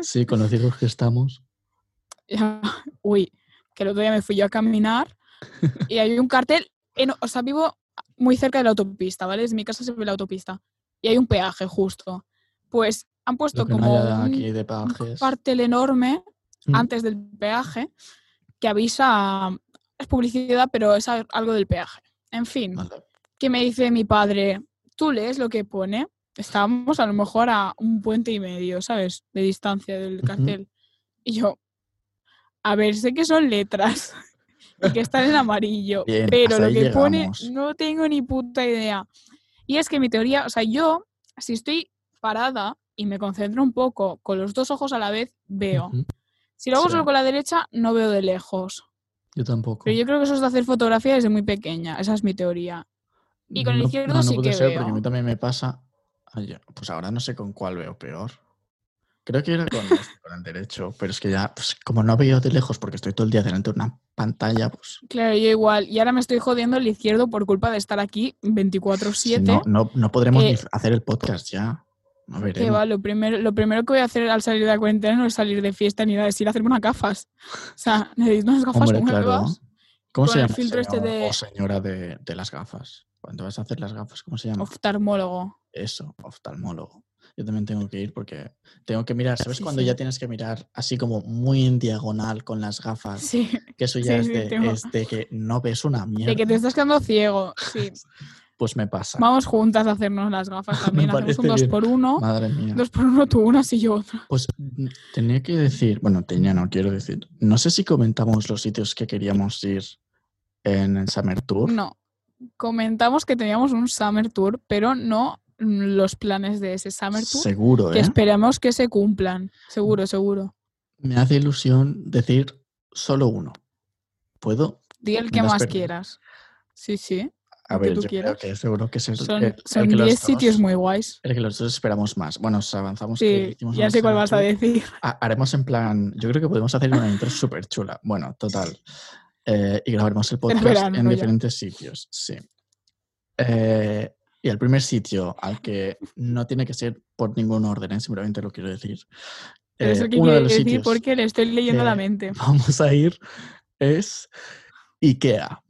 S1: Sí, conocidos que estamos.
S2: Ya. Uy, que el otro día me fui yo a caminar y hay un cartel. en- o sea, vivo muy cerca de la autopista, ¿vale? Desde mi casa se ve la autopista. Y hay un peaje justo. Pues han puesto
S1: Lo que no
S2: como
S1: haya
S2: un-
S1: aquí de
S2: un
S1: pajes.
S2: cartel enorme
S1: Mm.
S2: antes del peaje que avisa. Es publicidad, pero es al- algo del peaje. En fin,
S1: Vale.
S2: que me dice mi padre, tú lees lo que pone. Estábamos a lo mejor a un puente y medio, ¿sabes? De distancia del
S1: Ujú.
S2: cartel. Y yo, a ver, sé que son letras y que están en amarillo,
S1: Bien,
S2: pero
S1: hasta
S2: lo
S1: ahí
S2: que pone
S1: llegamos.
S2: no tengo ni puta idea. Y es que mi teoría, o sea, yo, si estoy parada y me concentro un poco con los dos ojos a la vez, veo.
S1: Ujú.
S2: Si lo hago
S1: Sí.
S2: solo con la derecha, no veo de lejos.
S1: Yo tampoco.
S2: Pero yo creo que eso es de hacer fotografía desde muy pequeña. Esa es mi teoría. y con el izquierdo sí
S1: puede
S2: que
S1: ser, Porque a
S2: veo.
S1: mí también me pasa. Ay, yo- pues ahora no sé con cuál veo peor. Creo que era con, los- con el derecho, pero es que ya, pues, como no veo de lejos porque estoy todo el día delante de una pantalla, pues
S2: Claro, yo igual. Y ahora me estoy jodiendo el izquierdo por culpa de estar aquí
S1: si
S2: 24-7.
S1: no, no, no podremos ni
S2: Eh,
S1: f- hacer el podcast ya. No
S2: Que
S1: veremos.
S2: va, lo primero, lo primero que voy a hacer al salir de la cuarentena no es salir de fiesta ni nada, es ir a hacerme unas gafas. O sea, necesito unas gafas
S1: Hombre,
S2: nuevas.
S1: claro. ¿Cómo
S2: con
S1: se
S2: el
S1: llama el
S2: filtro este
S1: señor
S2: de-
S1: o señora de, de las gafas? Cuando vas a hacer las gafas, ¿cómo se llama?
S2: Oftalmólogo.
S1: Eso, oftalmólogo. Yo también tengo que ir porque tengo que mirar. ¿Sabes
S2: Sí,
S1: cuando
S2: sí.
S1: ya tienes que mirar así como muy en diagonal con las gafas?
S2: Sí,
S1: Que eso
S2: Sí,
S1: ya es,
S2: sí,
S1: de,
S2: tengo-
S1: es de que no ves una mierda.
S2: de que te estás quedando ciego. Sí.
S1: Pues me pasa.
S2: Vamos juntas a hacernos las gafas también. Hacemos
S1: parece
S2: un 2
S1: bien.
S2: por 1
S1: Madre mía.
S2: 2 por 1 tú unas y yo otra.
S1: Pues mm, tenía que decir, bueno, tenía, no quiero decir. No sé si comentamos los sitios que queríamos ir en el Summer Tour.
S2: No. Comentamos que teníamos un Summer Tour, pero no mm, los planes de ese Summer Tour.
S1: Seguro,
S2: Que
S1: ¿eh?
S2: esperamos que se cumplan. Seguro, seguro.
S1: Me hace ilusión decir solo uno. ¿Puedo?
S2: Di el
S1: Me
S2: que
S1: das
S2: más
S1: permiso.
S2: quieras. Sí, sí.
S1: A
S2: El que
S1: ver,
S2: tú
S1: yo
S2: quieras.
S1: creo que seguro que es el, el-
S2: Son
S1: eh, el
S2: son
S1: que los
S2: 10 sitios
S1: dos-
S2: muy guays.
S1: el que los dos esperamos más. Bueno, os avanzamos. que
S2: Sí,
S1: hicimos
S2: ya
S1: un
S2: sé cuál
S1: Summer
S2: vas a
S1: Tour.
S2: decir.
S1: Ha- haremos en plan, yo creo que podemos hacer una intro súper chula. Bueno, total. Eh, y grabaremos el podcast
S2: verano,
S1: en
S2: ¿no? Ya.
S1: diferentes sitios, sí. Eh, y el primer sitio al que no tiene que ser por ningún orden, ¿eh? simplemente lo quiero decir.
S2: Pero
S1: Eh,
S2: es el que
S1: uno de
S2: quiere
S1: los
S2: decir
S1: sitios Eh.
S2: porque le estoy leyendo
S1: que-
S2: la mente.
S1: vamos a ir es Ikea.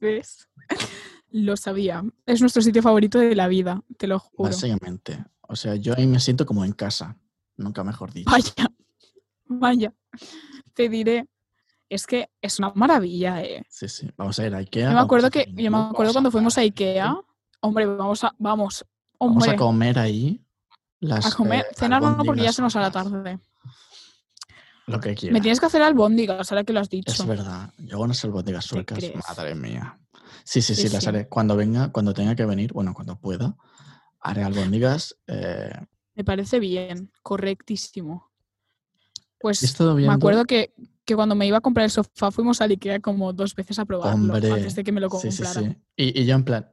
S2: ¿Ves? Lo sabía. Es nuestro sitio favorito de la vida, te
S1: Ah,
S2: lo juro.
S1: Básicamente. O sea, yo ahí me siento como en casa. Nunca mejor dicho.
S2: Vaya, vaya. Te diré. Es que es una maravilla, eh.
S1: Sí, sí. Vamos a ir a Ikea.
S2: Yo me
S1: vamos a
S2: acuerdo
S1: hacer
S2: que,
S1: un
S2: yo me
S1: tour,
S2: acuerdo
S1: vamos
S2: cuando fuimos a
S1: parar,
S2: Ikea. Hombre, vamos a, vamos,
S1: Vamos a
S2: hombre,
S1: comer ahí. Las,
S2: a comer,
S1: eh,
S2: cenar no porque ya
S1: albóndigas
S2: se nos hará
S1: fritas,
S2: tarde.
S1: Lo que
S2: Me
S1: quieras.
S2: tienes que hacer albóndigas, ahora que lo has
S1: Es
S2: dicho.
S1: verdad. Yo hago unas albóndigas suecas,
S2: crees?
S1: madre mía. Sí, sí, sí,
S2: Sí,
S1: las
S2: sí.
S1: haré. Cuando venga, cuando tenga que venir, bueno, cuando pueda, haré albóndigas. eh,
S2: Me parece bien, correctísimo.
S1: he
S2: Pues
S1: estado viendo...
S2: Me acuerdo que, que cuando me iba a comprar el sofá fuimos al Ikea como dos veces a probarlo
S1: Hombre,
S2: antes de que me lo
S1: sí, sí,
S2: compraran.
S1: sí. Y, y yo en plan...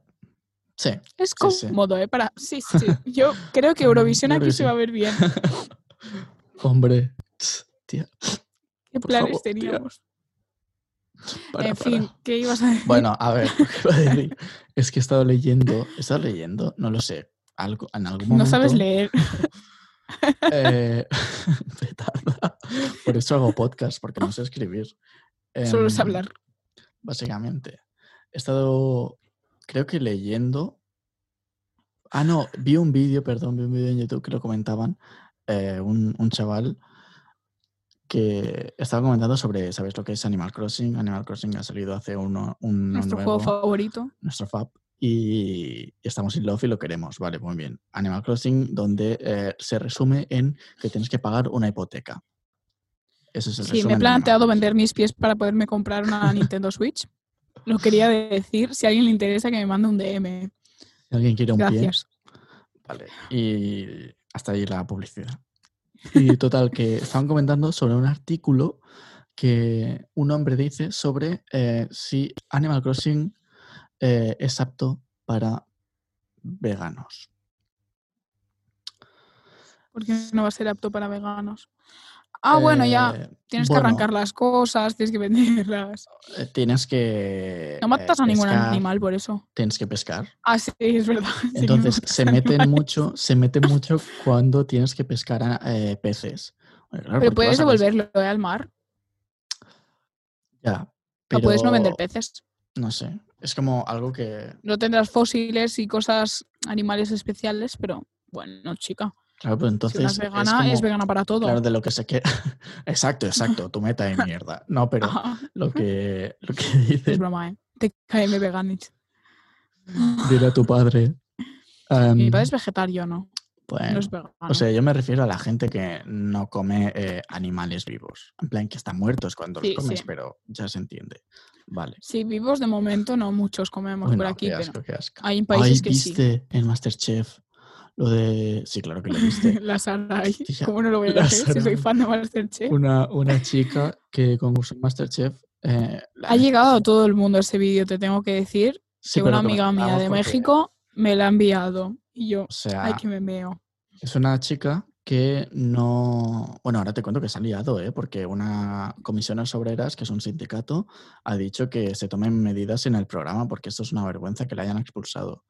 S1: Sí.
S2: Es
S1: Sí, sí.
S2: cómodo, ¿eh? Para... Sí, sí, sí. Yo creo que Eurovisión
S1: Yo creo
S2: aquí
S1: que sí.
S2: se va a ver bien.
S1: Hombre. Tía,
S2: ¿Qué
S1: Por
S2: planes
S1: favor, tía.
S2: teníamos?
S1: para,
S2: en
S1: para.
S2: fin, ¿qué ibas a decir?
S1: Bueno, a ver, lo que iba a decir es que he estado leyendo, he estado leyendo, no lo sé, algo, en algún
S2: no
S1: momento.
S2: sabes leer.
S1: eh, petarda. Por eso hago podcast, porque no sé escribir.
S2: Solo es
S1: Em,
S2: hablar.
S1: Básicamente. He estado, creo que leyendo. Ah, no, vi un vídeo, perdón, vi un vídeo en YouTube que lo comentaban. eh, un, un chaval que estaba comentando sobre, ¿sabéis lo que es Animal Crossing? Animal Crossing ha salido hace uno, un
S2: Nuestro
S1: nuevo,
S2: juego favorito.
S1: nuestro FAB, y estamos in love y lo queremos, vale, muy bien. Animal Crossing, donde eh, se resume en que tienes que pagar una hipoteca. Ese es el
S2: Sí, me he
S1: resumen de Animal
S2: planteado
S1: Crossing.
S2: vender mis pies para poderme comprar una Nintendo Switch. Lo quería decir, si a alguien le interesa que me mande un DM.
S1: Si alguien quiere un pie,
S2: Gracias.
S1: Vale. Y hasta ahí la publicidad. Y total, que estaban comentando sobre un artículo que un hombre dice sobre eh, si Animal Crossing eh, es apto para veganos.
S2: Porque no va a ser apto para veganos. Ah, bueno, ya.
S1: Eh,
S2: Tienes
S1: bueno,
S2: que arrancar las cosas, tienes que venderlas.
S1: eh, Tienes que.
S2: No matas
S1: eh,
S2: a ningún
S1: pescar,
S2: animal por eso.
S1: Tienes que pescar.
S2: Ah, sí, es verdad. sí, no
S1: Entonces,
S2: matas
S1: se
S2: a
S1: meten
S2: animales.
S1: mucho, se meten mucho cuando tienes que pescar a- eh, peces. Bueno, claro, porque
S2: Pero puedes
S1: vas a pescar-
S2: devolverlo ¿eh? al mar.
S1: Ya,
S2: No puedes no vender
S1: pero-
S2: peces.
S1: No sé. Es como algo que.
S2: No tendrás fósiles y cosas, animales especiales, pero bueno, chica.
S1: Claro, pero
S2: Si una
S1: entonces.
S2: es vegana, es,
S1: como,
S2: vegana para todo.
S1: Claro, de lo que se queda. exacto, exacto. Tu meta de mierda. No, pero
S2: Ajá,
S1: lo que, lo que
S2: Ah, es
S1: dice.
S2: broma, ¿eh? TKM Veganich.
S1: Dile a tu padre.
S2: Mi
S1: am,
S2: padre es vegetariano,
S1: bueno,
S2: no es vegano.
S1: O sea, yo me refiero a la gente que no come eh, animales vivos. En plan, que están muertos cuando
S2: Sí,
S1: los comes,
S2: sí.
S1: pero ya se entiende. Vale.
S2: sí, vivos de momento no muchos comemos
S1: Uy,
S2: por
S1: no,
S2: aquí,
S1: qué
S2: pero
S1: asco, qué asco.
S2: hay en
S1: Ay,
S2: países que sí.
S1: viste en Masterchef lo de. Sí, claro que lo viste.
S2: La Sarai,
S1: Hostia,
S2: ¿cómo no lo voy
S1: la
S2: a hacer si
S1: Sarai.
S2: soy fan de Masterchef?
S1: una, una chica que concursó en Masterchef. eh, la
S2: Ha llegado a todo el mundo ese vídeo, te tengo que decir
S1: sí,
S2: que
S1: pero
S2: una
S1: lo
S2: amiga mía
S1: comentamos
S2: de
S1: porque,
S2: México me la ha enviado. Y yo,
S1: O sea,
S2: ay, que me veo.
S1: es una chica que no. Bueno, ahora te cuento que se ha liado, ¿eh? porque una comisiones obreras, que es un sindicato, ha dicho que se tomen medidas en el programa porque esto es una vergüenza que la hayan expulsado.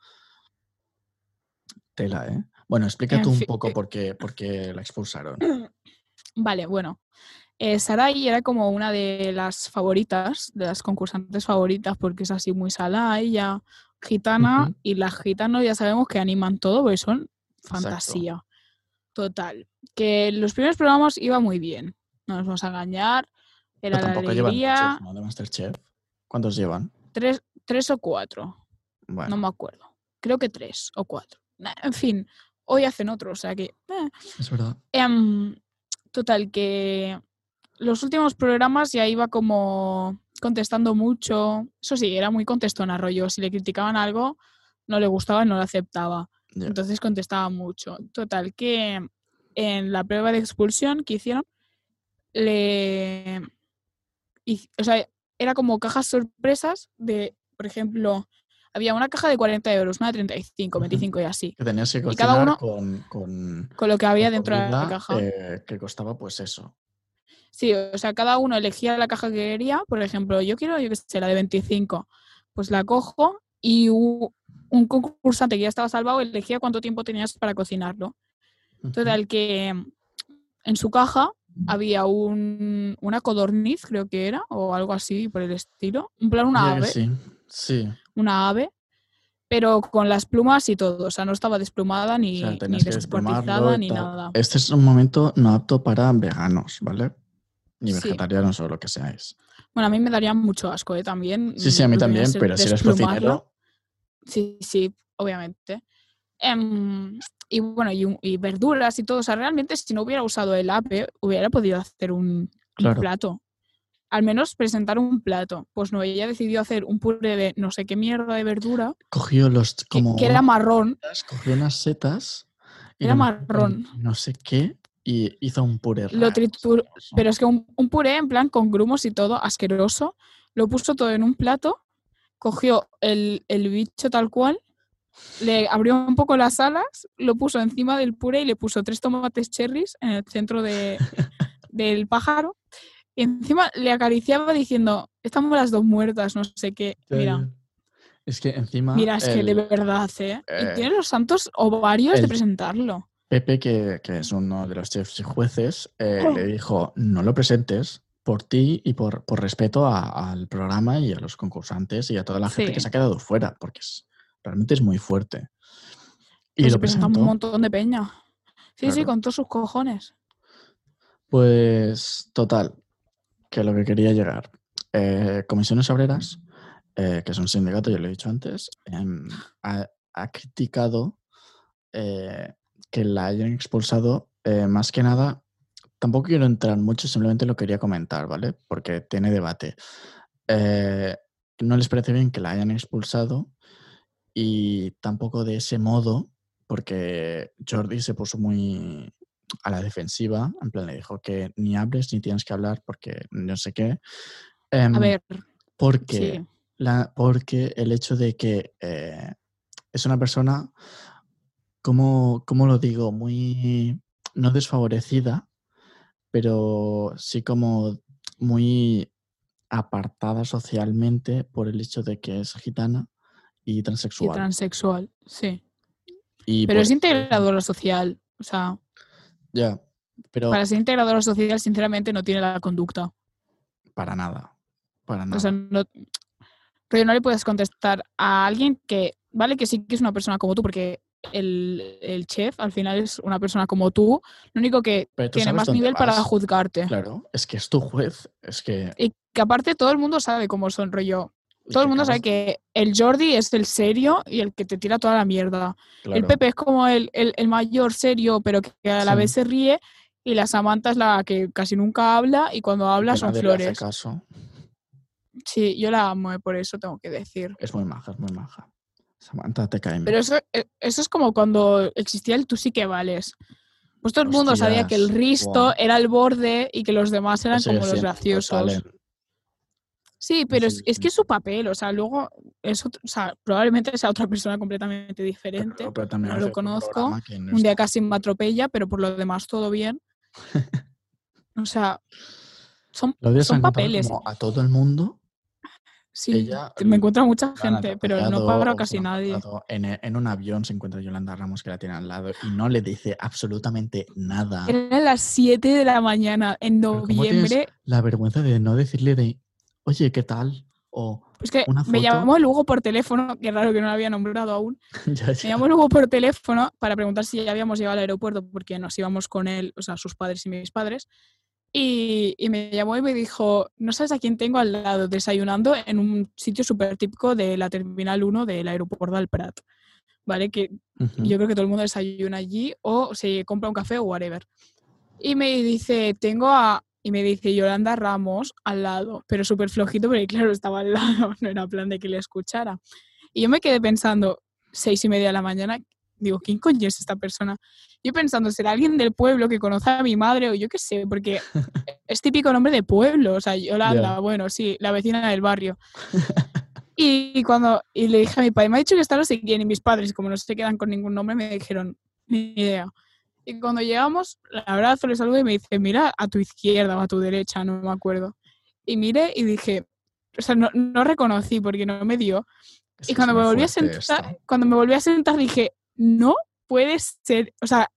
S1: Tela, ¿eh? Bueno, explica
S2: En
S1: tú un
S2: fin,
S1: poco
S2: eh.
S1: por qué, por qué la expulsaron.
S2: Vale, bueno. Eh, Sarai era como una de las favoritas, de las concursantes favoritas, porque es así muy salada, ella gitana,
S1: Ujú.
S2: y las gitanos ya sabemos que animan todo, porque son fantasía. Total. Que los primeros programas iba muy bien, no nos vamos a engañar,
S1: Pero
S2: era la
S1: tampoco llevan
S2: alegría,
S1: muchos, ¿no? De Masterchef. ¿Cuántos llevan?
S2: tres, tres o cuatro,
S1: Bueno,
S2: no me acuerdo. Creo que tres o cuatro. Nah, En fin, hoy hacen otro, o sea que... eh,
S1: es verdad.
S2: Em, total, que los últimos programas ya iba como contestando mucho. Eso sí, era muy contestona, rollo. Si le criticaban algo, no le gustaba, no lo aceptaba.
S1: Ya.
S2: Entonces contestaba mucho. Total, que en la prueba de expulsión que hicieron, le... hic- O sea, era como cajas sorpresas de, por ejemplo, había una caja de 40 euros, una de 35,
S1: Ujú.
S2: 25 y así.
S1: Que tenías que
S2: cada
S1: cocinar
S2: uno-
S1: con, con-
S2: Con lo que había
S1: con
S2: dentro de la
S1: comida,
S2: caja.
S1: eh, que costaba pues eso.
S2: Sí, o sea, cada uno elegía la caja que quería. Por ejemplo, yo quiero, yo qué sé, la de 25. Pues la cojo y u- un concursante que ya estaba salvado elegía cuánto tiempo tenías para cocinarlo.
S1: Ujú.
S2: Total, que mm, en su caja había un, una codorniz, creo que era, o algo así por el estilo. En plan,
S1: Diría
S2: una
S1: que
S2: ave,
S1: Sí, sí.
S2: una ave, pero con las plumas y todo. O sea, no estaba desplumada
S1: O
S2: ni,
S1: sea,
S2: ni
S1: tenías que desplumarlo
S2: descuartizada
S1: y
S2: ni
S1: tal.
S2: nada.
S1: Este es un momento no apto para veganos, ¿vale? Ni
S2: Sí.
S1: vegetarianos o lo que seáis.
S2: Bueno, a mí me daría mucho asco, ¿eh? También.
S1: Sí, sí, a
S2: mm,
S1: mí
S2: lo que viene
S1: también,
S2: ser
S1: pero si eres
S2: desplumarlo.
S1: cocinero,
S2: Sí, sí, obviamente. Em, y bueno, y, un- y verduras y todo. O sea, realmente si no hubiera usado el app, hubiera podido hacer un, un
S1: claro.
S2: plato. Al menos presentar un plato. Pues no, ella decidió hacer un puré de no sé qué mierda de verdura,
S1: Cogió los
S2: que,
S1: como
S2: que era
S1: unas
S2: marrón.
S1: setas, cogió unas setas y
S2: Era
S1: le metió por
S2: marrón.
S1: no sé qué y hizo un puré
S2: Lo
S1: raro,
S2: trituró,
S1: asqueroso.
S2: Pero es que un, un puré en plan con grumos y todo, asqueroso, lo puso todo en un plato, cogió el, el bicho tal cual, le abrió un poco las alas, lo puso encima del puré y le puso tres tomates cherries en el centro de- del pájaro. Y encima le acariciaba diciendo, estamos las dos muertas, no sé qué.
S1: Ya,
S2: Mira,
S1: ya. Es que encima
S2: mira, es que de
S1: el
S2: verdad, ¿eh?
S1: eh,
S2: Y tiene los santos ovarios de
S1: el-
S2: presentarlo.
S1: Pepe, que, que es uno de los chefs y jueces, eh,
S2: Oh.
S1: le dijo, no lo presentes por ti y por, por respeto a- al programa y a los concursantes y a toda la gente que
S2: Sí.
S1: se ha quedado fuera, porque es- realmente es muy fuerte. Y
S2: Pues
S1: lo
S2: se presenta un
S1: presentó.
S2: montón de peña. Sí, sí,
S1: Claro.
S2: con todos sus cojones.
S1: Pues total, que lo que quería llegar. Eh, comisiones Obreras, eh, que es un sindicato, ya lo he dicho antes, em, ha, ha criticado eh, que la hayan expulsado. eh, más que nada, tampoco quiero entrar mucho, simplemente lo quería comentar, ¿vale? Porque tiene debate. Eh, no les parece bien que la hayan expulsado y tampoco de ese modo, porque Jordi se puso muy, a la defensiva, en plan le dijo que ni hables ni tienes que hablar porque no sé qué. Em,
S2: A ver,
S1: porque,
S2: sí.
S1: la, porque el hecho de que eh, es una persona, como, como lo digo, muy no desfavorecida, pero sí como muy apartada socialmente por el hecho de que es gitana y
S2: Y
S1: transexual.
S2: transexual, sí.
S1: Y
S2: Pero
S1: por-
S2: es integradora social. O sea,
S1: Ya, pero
S2: para ser integradora social, sinceramente, no tiene la conducta.
S1: para nada. Para nada.
S2: O sea, no, rollo, no le puedes contestar a alguien que, vale, que sí que es una persona como tú, porque el, el chef al final es una persona como tú, lo único que
S1: Pero tú
S2: tiene
S1: sabes
S2: más
S1: dónde
S2: nivel para
S1: vas.
S2: juzgarte.
S1: Claro, es que es tu juez, es que...
S2: Y que aparte todo el mundo sabe cómo son, rollo.
S1: es que
S2: Todo el mundo
S1: acabas-
S2: sabe que el Jordi es el serio y el que te tira toda la mierda. El
S1: claro,
S2: Pepe es como el, el- el mayor serio, pero que a la
S1: Sí.
S2: vez se ríe. Y la Samantha es la que casi nunca habla y cuando habla
S1: que
S2: son
S1: nadie le hace
S2: flores.
S1: caso.
S2: Sí, yo la amo, eh, por eso tengo que decir.
S1: Es muy maja, es muy maja. Samantha, te cae
S2: Pero
S1: mal.
S2: eso, e- eso es como cuando existía el tú sí que vales. Pues todo el mundo sabía que el
S1: Hostias,
S2: Risto
S1: guau.
S2: era el borde y que los demás eran
S1: Eso ya
S2: como los
S1: siempre lo
S2: graciosos.
S1: pues salen.
S2: Sí, pero es,
S1: sigue
S2: es que es su papel, o sea, luego es otro- o sea, probablemente sea otra persona completamente diferente.
S1: Pero- pero también
S2: no
S1: hace
S2: lo
S1: otro
S2: conozco,
S1: programa que no
S2: Un día
S1: está-
S2: casi me atropella, pero por lo demás todo bien. O sea, son,
S1: Los días
S2: son
S1: han contado
S2: papeles.
S1: como a todo el mundo.
S2: Sí,
S1: ella
S2: te- me encuentro a mucha
S1: la han
S2: gente, pero no
S1: atropellado
S2: paro
S1: o
S2: casi
S1: se la han
S2: nadie.
S1: matado. En, e- en un avión se encuentra Yolanda Ramos que la tiene al lado y no le dice absolutamente nada.
S2: Eran las 7 de la mañana en
S1: Pero ¿cómo tienes-
S2: noviembre
S1: La vergüenza de no decirle de, oye, ¿qué tal? O,
S2: Es que
S1: una
S2: me
S1: foto.
S2: llamó luego por teléfono, que raro que no lo había nombrado aún.
S1: ya, ya.
S2: Me llamó luego por teléfono para preguntar si ya habíamos llegado al aeropuerto porque nos íbamos con él, o sea, sus padres y mis padres. Y, y me llamó y me dijo, no sabes a quién tengo al lado desayunando en un sitio súper típico de la Terminal 1 del aeropuerto del Prat. ¿Vale? Que
S1: Ujú.
S2: yo creo que todo el mundo desayuna allí o se compra un café o whatever. Y me dice, tengo a... Y me dice Yolanda Ramos al lado, pero súper flojito porque claro, estaba al lado, no era plan de que le escuchara. Y yo me quedé pensando, seis y media de la mañana, digo, ¿quién coño es esta persona? Yo pensando, será alguien del pueblo que conozca a mi madre o yo qué sé, porque es típico nombre de pueblo, o sea, Yolanda,
S1: Ya.
S2: bueno, sí, la vecina del barrio. Y cuando y le dije a mi padre, me ha dicho que está no sé quién, y mis padres, como no se quedan con ningún nombre, me dijeron, ni idea. Y cuando llegamos, la abrazo, le saludo y me dice, mira a tu izquierda o a tu derecha, no me acuerdo. Y miré y dije, o sea, no, no reconocí porque no me dio.
S1: Es que
S2: Y
S1: es
S2: cuando
S1: muy
S2: me, volví a
S1: fuerte
S2: sentar,
S1: esto.
S2: cuando me volví a sentar dije, no puede ser, o sea,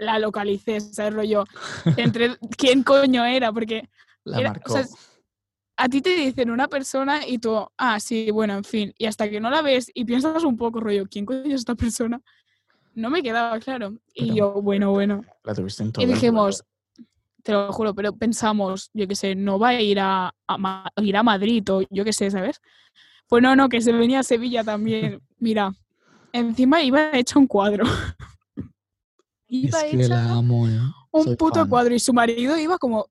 S2: la localicé, ¿sabes? Rollo, entre quién coño era, porque
S1: La
S2: Era- o
S1: marcó.
S2: sea, a ti te dicen una persona y tú, ah, sí, bueno, en fin. Y hasta que no la ves y piensas un poco, rollo, ¿quién coño es esta persona? No me quedaba claro. Y
S1: Pero-
S2: yo, bueno, bueno.
S1: la tuviste en todo
S2: Y
S1: el vuelo.
S2: dijimos, te lo juro, pero pensamos, yo qué sé, no va a ir a, a Ma- ir a Madrid o yo qué sé, ¿sabes? Pues no, no, que se venía a Sevilla también. Mira, encima iba hecho un cuadro. iba
S1: es que
S2: hecha
S1: la amo, ¿eh?
S2: un
S1: Soy
S2: puto
S1: fan.
S2: cuadro y su marido iba como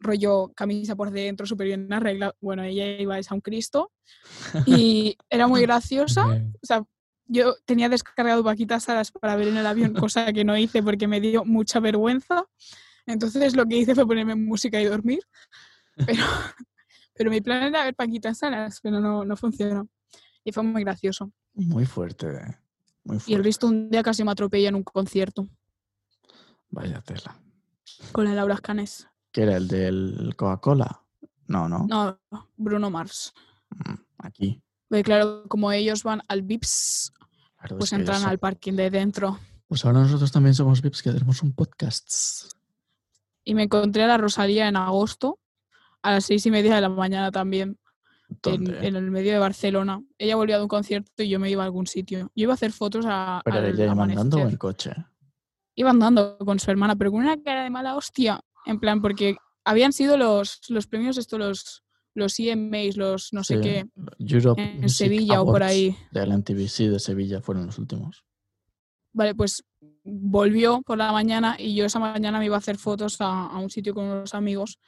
S2: rollo camisa por dentro, súper bien arreglada. Bueno, ella iba a un Cristo y era muy graciosa.
S1: Eh,
S2: O sea, yo tenía descargado vaquitas alas para ver en el avión, cosa que no hice porque me dio mucha vergüenza. Entonces lo que hice fue ponerme música y dormir. Pero, pero mi plan era ver Paquitas Salas, pero no, no funcionó. Y fue muy gracioso.
S1: Muy fuerte, ¿eh? Muy fuerte.
S2: Y el visto un día casi me atropella en un concierto
S1: Vaya tela.
S2: con la Laura Canes.
S1: ¿Qué era el del Coca-Cola? No, no.
S2: No, Bruno Mars.
S1: Mm, Aquí.
S2: Porque claro, como ellos van al VIPS,
S1: Claro,
S2: pues
S1: es que
S2: entran
S1: eso-
S2: al parking de dentro.
S1: Pues ahora nosotros también somos VIPs que tenemos un podcast.
S2: Y me encontré a la Rosalía en agosto, a las seis y media de la mañana también, en,
S1: ¿Dónde?
S2: en el medio de Barcelona. Ella volvía de un concierto y yo me iba a algún sitio. Yo iba a hacer fotos a,
S1: ¿Pero
S2: al
S1: ella iba andando o
S2: amanecer.
S1: en coche?
S2: Iba andando con su hermana, pero con una cara de mala hostia. En plan, porque habían sido los, los premios, esto, los, los EMAs, los no sé
S1: Sí,
S2: qué,
S1: Europe
S2: en
S1: Music
S2: Sevilla o por
S1: Awards
S2: ahí.
S1: Del MTV, sí, de Sevilla fueron los últimos.
S2: Vale, pues volvió por la mañana y yo esa mañana me iba a hacer fotos a, a un sitio con unos amigos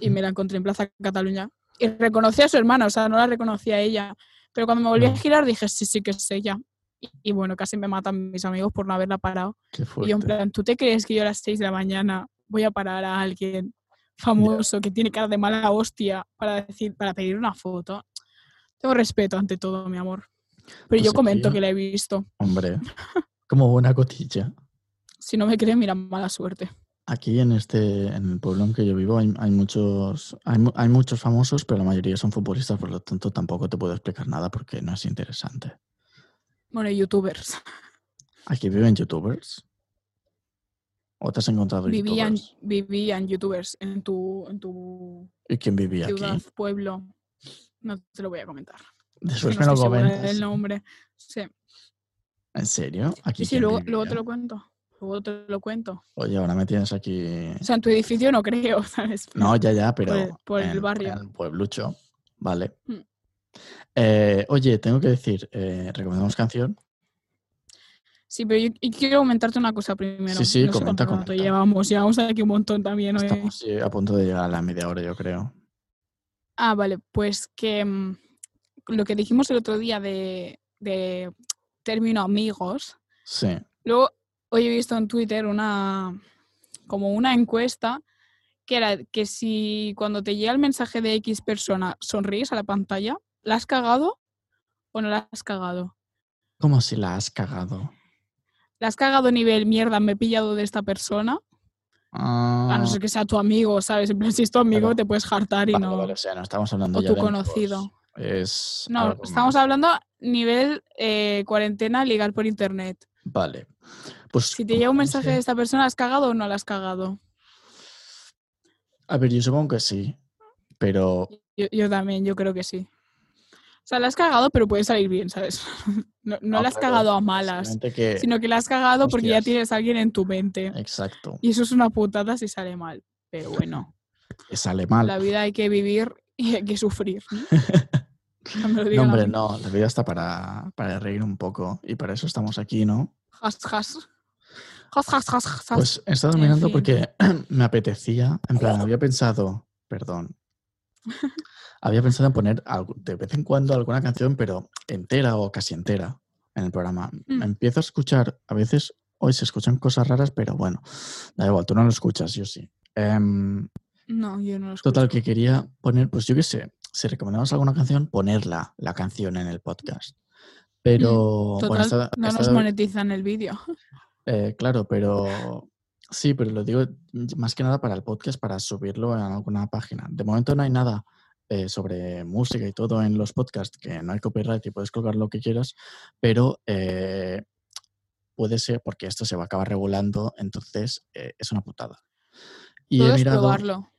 S2: y me la encontré en Plaza Cataluña. Y reconocí a su hermana, o sea, no la reconocía a ella. Pero cuando me volví a
S1: No.
S2: girar dije, sí, sí que es ella. Y, y bueno, casi me matan mis amigos por no haberla parado.
S1: Qué
S2: Y yo en
S1: fuerte.
S2: plan, ¿tú te crees que yo a las 6 de la mañana voy a parar a alguien famoso que tiene cara de mala hostia para decir, para pedir una foto? Tengo respeto ante todo, mi amor. Pero
S1: Pues
S2: yo comento
S1: aquí-
S2: que la he visto.
S1: Hombre, como buena cotilla.
S2: Si no me creen, mira, mala suerte.
S1: Aquí en este, en el pueblo en que yo vivo, hay, hay muchos, hay, mu- hay muchos famosos, pero la mayoría son futbolistas, por lo tanto tampoco te puedo explicar nada porque no es interesante.
S2: Bueno, youtubers.
S1: Aquí viven youtubers. ¿O te has encontrado
S2: Vivían,
S1: youtubers?
S2: vivían youtubers en tu, en tu
S1: ¿Y quién vivía
S2: ciudad,
S1: aquí?
S2: pueblo. No te lo voy a comentar.
S1: Después
S2: no
S1: me lo
S2: estoy segura
S1: comentas.
S2: del nombre. Sí,
S1: ¿En serio? Aquí
S2: sí, sí,
S1: quién
S2: luego, luego te
S1: vivía?
S2: lo cuento. Luego te lo cuento.
S1: Oye, ahora me tienes aquí.
S2: O sea, en tu edificio no creo, ¿sabes?
S1: Eh. No, ya, ya, pero.
S2: por el- por el
S1: en-
S2: barrio.
S1: En el pueblucho. Vale.
S2: Mm.
S1: Eh, oye, tengo que decir, eh, ¿recomendamos canción?
S2: Sí, pero yo y quiero comentarte una cosa primero.
S1: Sí, sí,
S2: no sé
S1: comenta,
S2: cuánto rato
S1: comenta.
S2: llevamos, llevamos aquí un montón también hoy.
S1: Estamos eh, a punto de llegar a la media hora, yo creo.
S2: Ah, vale, pues que mm, lo que dijimos el otro día de, de término amigos,
S1: Sí.
S2: Luego, hoy he visto en Twitter una como una encuesta que era que si cuando te llega el mensaje de X persona sonríes a la pantalla, ¿la has cagado o no la has cagado?
S1: Como si la has cagado.
S2: ¿La has cagado nivel mierda, me he pillado de esta persona?
S1: Ah,
S2: A no ser que sea tu amigo, ¿sabes? En plan, si es tu amigo
S1: Claro.
S2: te puedes jartar y
S1: vale,
S2: no.
S1: vale, o sea, no estamos hablando
S2: O
S1: ya
S2: tu
S1: de
S2: conocido.
S1: amigos. Es
S2: No, pues
S1: algo
S2: estamos
S1: más.
S2: hablando nivel eh, cuarentena legal por internet.
S1: Vale. Pues
S2: Si te llega un
S1: no
S2: mensaje
S1: sé.
S2: de esta persona, ¿la has cagado o no la has cagado?
S1: A ver, yo supongo que sí. Pero
S2: Yo, yo también, yo creo que sí. O sea, la has cagado, pero puede salir bien, ¿sabes? No, no
S1: No,
S2: la has
S1: Ah, claro,
S2: cagado a malas,
S1: simplemente que.
S2: sino que la has cagado porque ya
S1: hostias.
S2: tienes a alguien en tu mente.
S1: Exacto.
S2: Y eso es una putada si sale mal. Pero bueno,
S1: que sale mal.
S2: la vida hay que vivir y hay que sufrir. ¿no? No me lo
S1: No,
S2: digan a
S1: hombre,
S2: mí.
S1: no, la vida está para, para reír un poco y para eso estamos aquí, ¿no?
S2: Jas, jas. Jas, jas, jas, jas, jas.
S1: Pues he estado
S2: Ah, En
S1: mirando
S2: fin.
S1: porque me apetecía, en plan, había pensado, perdón, había pensado en poner algu- de vez en cuando alguna canción, pero entera o casi entera en el programa.
S2: Mm.
S1: Empiezo a escuchar, a veces hoy se escuchan cosas raras, pero bueno, da igual, tú no lo escuchas, yo sí. Em,
S2: No, yo no lo escucho.
S1: Total, que quería poner, pues yo qué sé, si recomendamos alguna canción, ponerla, la canción en el podcast. Pero, bueno,
S2: Total,
S1: esta-
S2: no
S1: esta-
S2: nos monetizan el vídeo.
S1: eh, claro, pero sí, pero lo digo más que nada para el podcast, para subirlo en alguna página. De momento no hay nada eh, sobre música y todo en los podcasts, que no hay copyright y puedes colgar lo que quieras, pero eh, puede ser porque esto se va a acabar regulando, entonces eh, es una putada. Y
S2: Puedes
S1: he mirado,
S2: probarlo.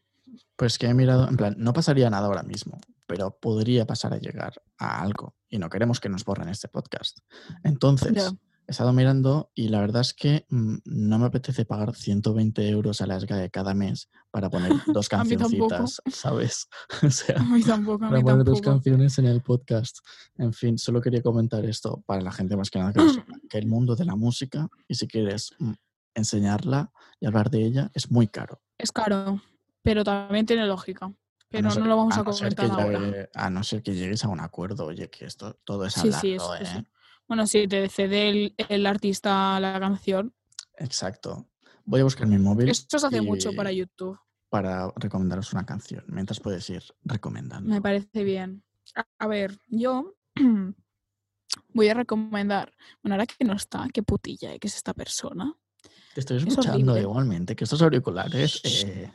S1: pues que he mirado, en plan, no pasaría nada ahora mismo, pero podría pasar a llegar a algo y no queremos que nos borren este podcast. Entonces,
S2: Ya.
S1: he estado mirando y la verdad es que mm, no me apetece pagar 120 euros a la SGAE cada mes para poner dos
S2: A mí tampoco.
S1: cancioncitas, ¿sabes? o sea,
S2: A mí tampoco, a
S1: para
S2: mí
S1: poner dos
S2: tampoco.
S1: canciones en el podcast. En fin, solo quería comentar esto para la gente más que nada que, lo sepa, que el mundo de la música y si quieres mm, enseñarla y hablar de ella es muy caro.
S2: Es caro, pero también tiene lógica.
S1: A
S2: Pero no,
S1: ser-
S2: lo vamos a,
S1: no ser
S2: comentar
S1: que
S2: ahora.
S1: llegue- a no ser que llegues a un acuerdo, oye, que esto todo es
S2: Sí,
S1: hablando,
S2: sí, eso sí.
S1: ¿eh?
S2: Bueno, si te cede el, el artista la canción.
S1: Exacto. Voy a buscar mi móvil
S2: Esto se hace mucho
S1: y-
S2: para YouTube.
S1: para recomendaros una canción, mientras puedes ir recomendando.
S2: Me parece bien. A, a ver, yo voy a recomendar. Bueno, ahora que no está, qué putilla, ¿eh? que es esta persona.
S1: Te estoy
S2: es
S1: escuchando
S2: horrible.
S1: igualmente, que estos auriculares... eh,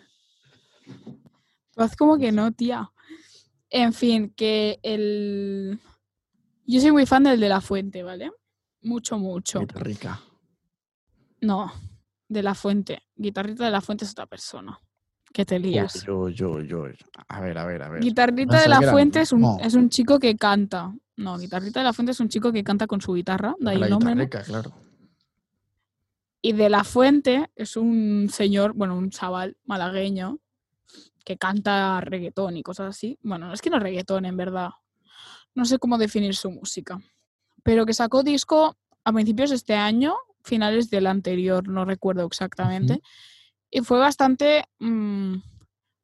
S2: Tú haz como que no, tía. En fin, que el. Yo soy muy fan del de la fuente, ¿vale? Mucho, mucho.
S1: Guitarrica.
S2: No, de la fuente. Guitarrita de la fuente es otra persona. Que te lías.
S1: Uy, uy, uy, uy. A ver, a ver, a ver.
S2: Guitarrita
S1: Pensaba
S2: de
S1: que
S2: la
S1: era el
S2: Fuente es un,
S1: mismo.
S2: es un chico que canta. No, Guitarrita de la Fuente es un chico que canta con su guitarra, de ahí
S1: la
S2: el nombre. ¿no?
S1: guitarrica, claro.
S2: Y de la fuente es un señor, bueno, un chaval malagueño que canta reggaetón y cosas así. Bueno, es que no reggaetón, en verdad. No sé cómo definir su música. Pero que sacó disco a principios de este año, finales del anterior, no recuerdo exactamente.
S1: Ujú.
S2: Y fue bastante, mm,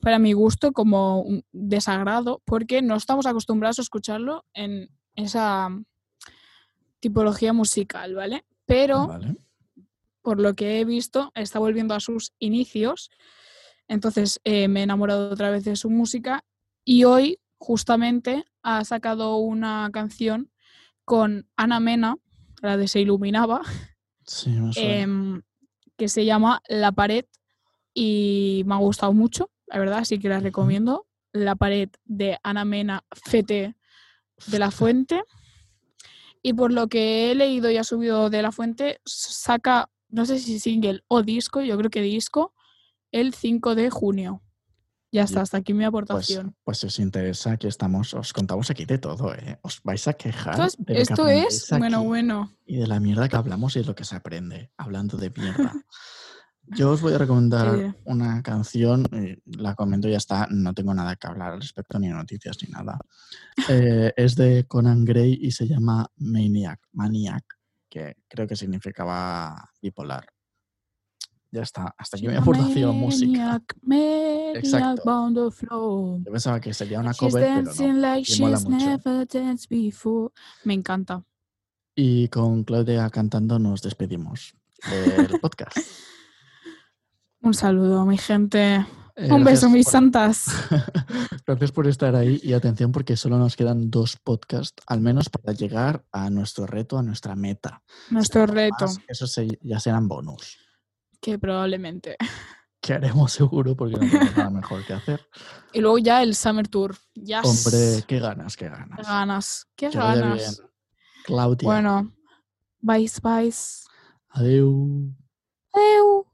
S2: para mi gusto, como un desagrado, porque no estamos acostumbrados a escucharlo en esa tipología musical, ¿vale? Pero
S1: Vale.
S2: por lo que he visto, está volviendo a sus inicios. Entonces eh, me he enamorado otra vez de su música y hoy justamente ha sacado una canción con Ana Mena, la de Se Iluminaba,
S1: Sí, me suena.
S2: em, que se llama La Pared y me ha gustado mucho, la verdad, así que la recomiendo. La Pared de Ana Mena Fete de la Fuente. Y por lo que he leído y ha subido de la Fuente, saca, no sé si single o disco, yo creo que disco, el 5 de junio. Ya está, hasta aquí mi
S1: Pues,
S2: aportación.
S1: pues si os interesa, aquí estamos, os contamos aquí de todo, ¿eh? Os vais a quejar.
S2: Esto es-
S1: de lo que
S2: esto
S1: aprendéis
S2: es, bueno,
S1: aquí
S2: bueno.
S1: Y de la mierda que hablamos y de lo que se aprende, hablando de mierda. Yo os voy a recomendar
S2: diré.
S1: una canción, eh, la comento y ya está, no tengo nada que hablar al respecto, ni noticias ni nada. Eh, es de Conan Gray y se llama Maniac, Maniac, que creo que significaba bipolar. Ya está, hasta aquí mi aportación música.
S2: Maniac, maniac,
S1: Exacto.
S2: bound the floor.
S1: Yo pensaba que sería una
S2: She's
S1: cover, pero no.
S2: dancing like
S1: y mola
S2: she's
S1: mucho.
S2: never danced before. Me encanta.
S1: Y con Claudia cantando nos despedimos del podcast.
S2: Un saludo, mi gente.
S1: Eh, gracias
S2: Un beso, mis
S1: por-
S2: santas.
S1: Gracias por estar ahí y atención porque solo nos quedan dos podcasts, al menos para llegar a nuestro reto, a nuestra meta.
S2: Nuestro
S1: Serán
S2: reto,
S1: más, eso se- ya serán bonus.
S2: que probablemente.
S1: Que haremos seguro porque no tenemos nada mejor que hacer.
S2: Y luego ya el Summer Tour. Ya
S1: Hombre, qué ganas, qué ganas.
S2: qué ganas. Qué
S1: Que vaya
S2: ganas.
S1: bien. Claudia,
S2: Bueno, bye, bye.
S1: adiós.
S2: Adeu.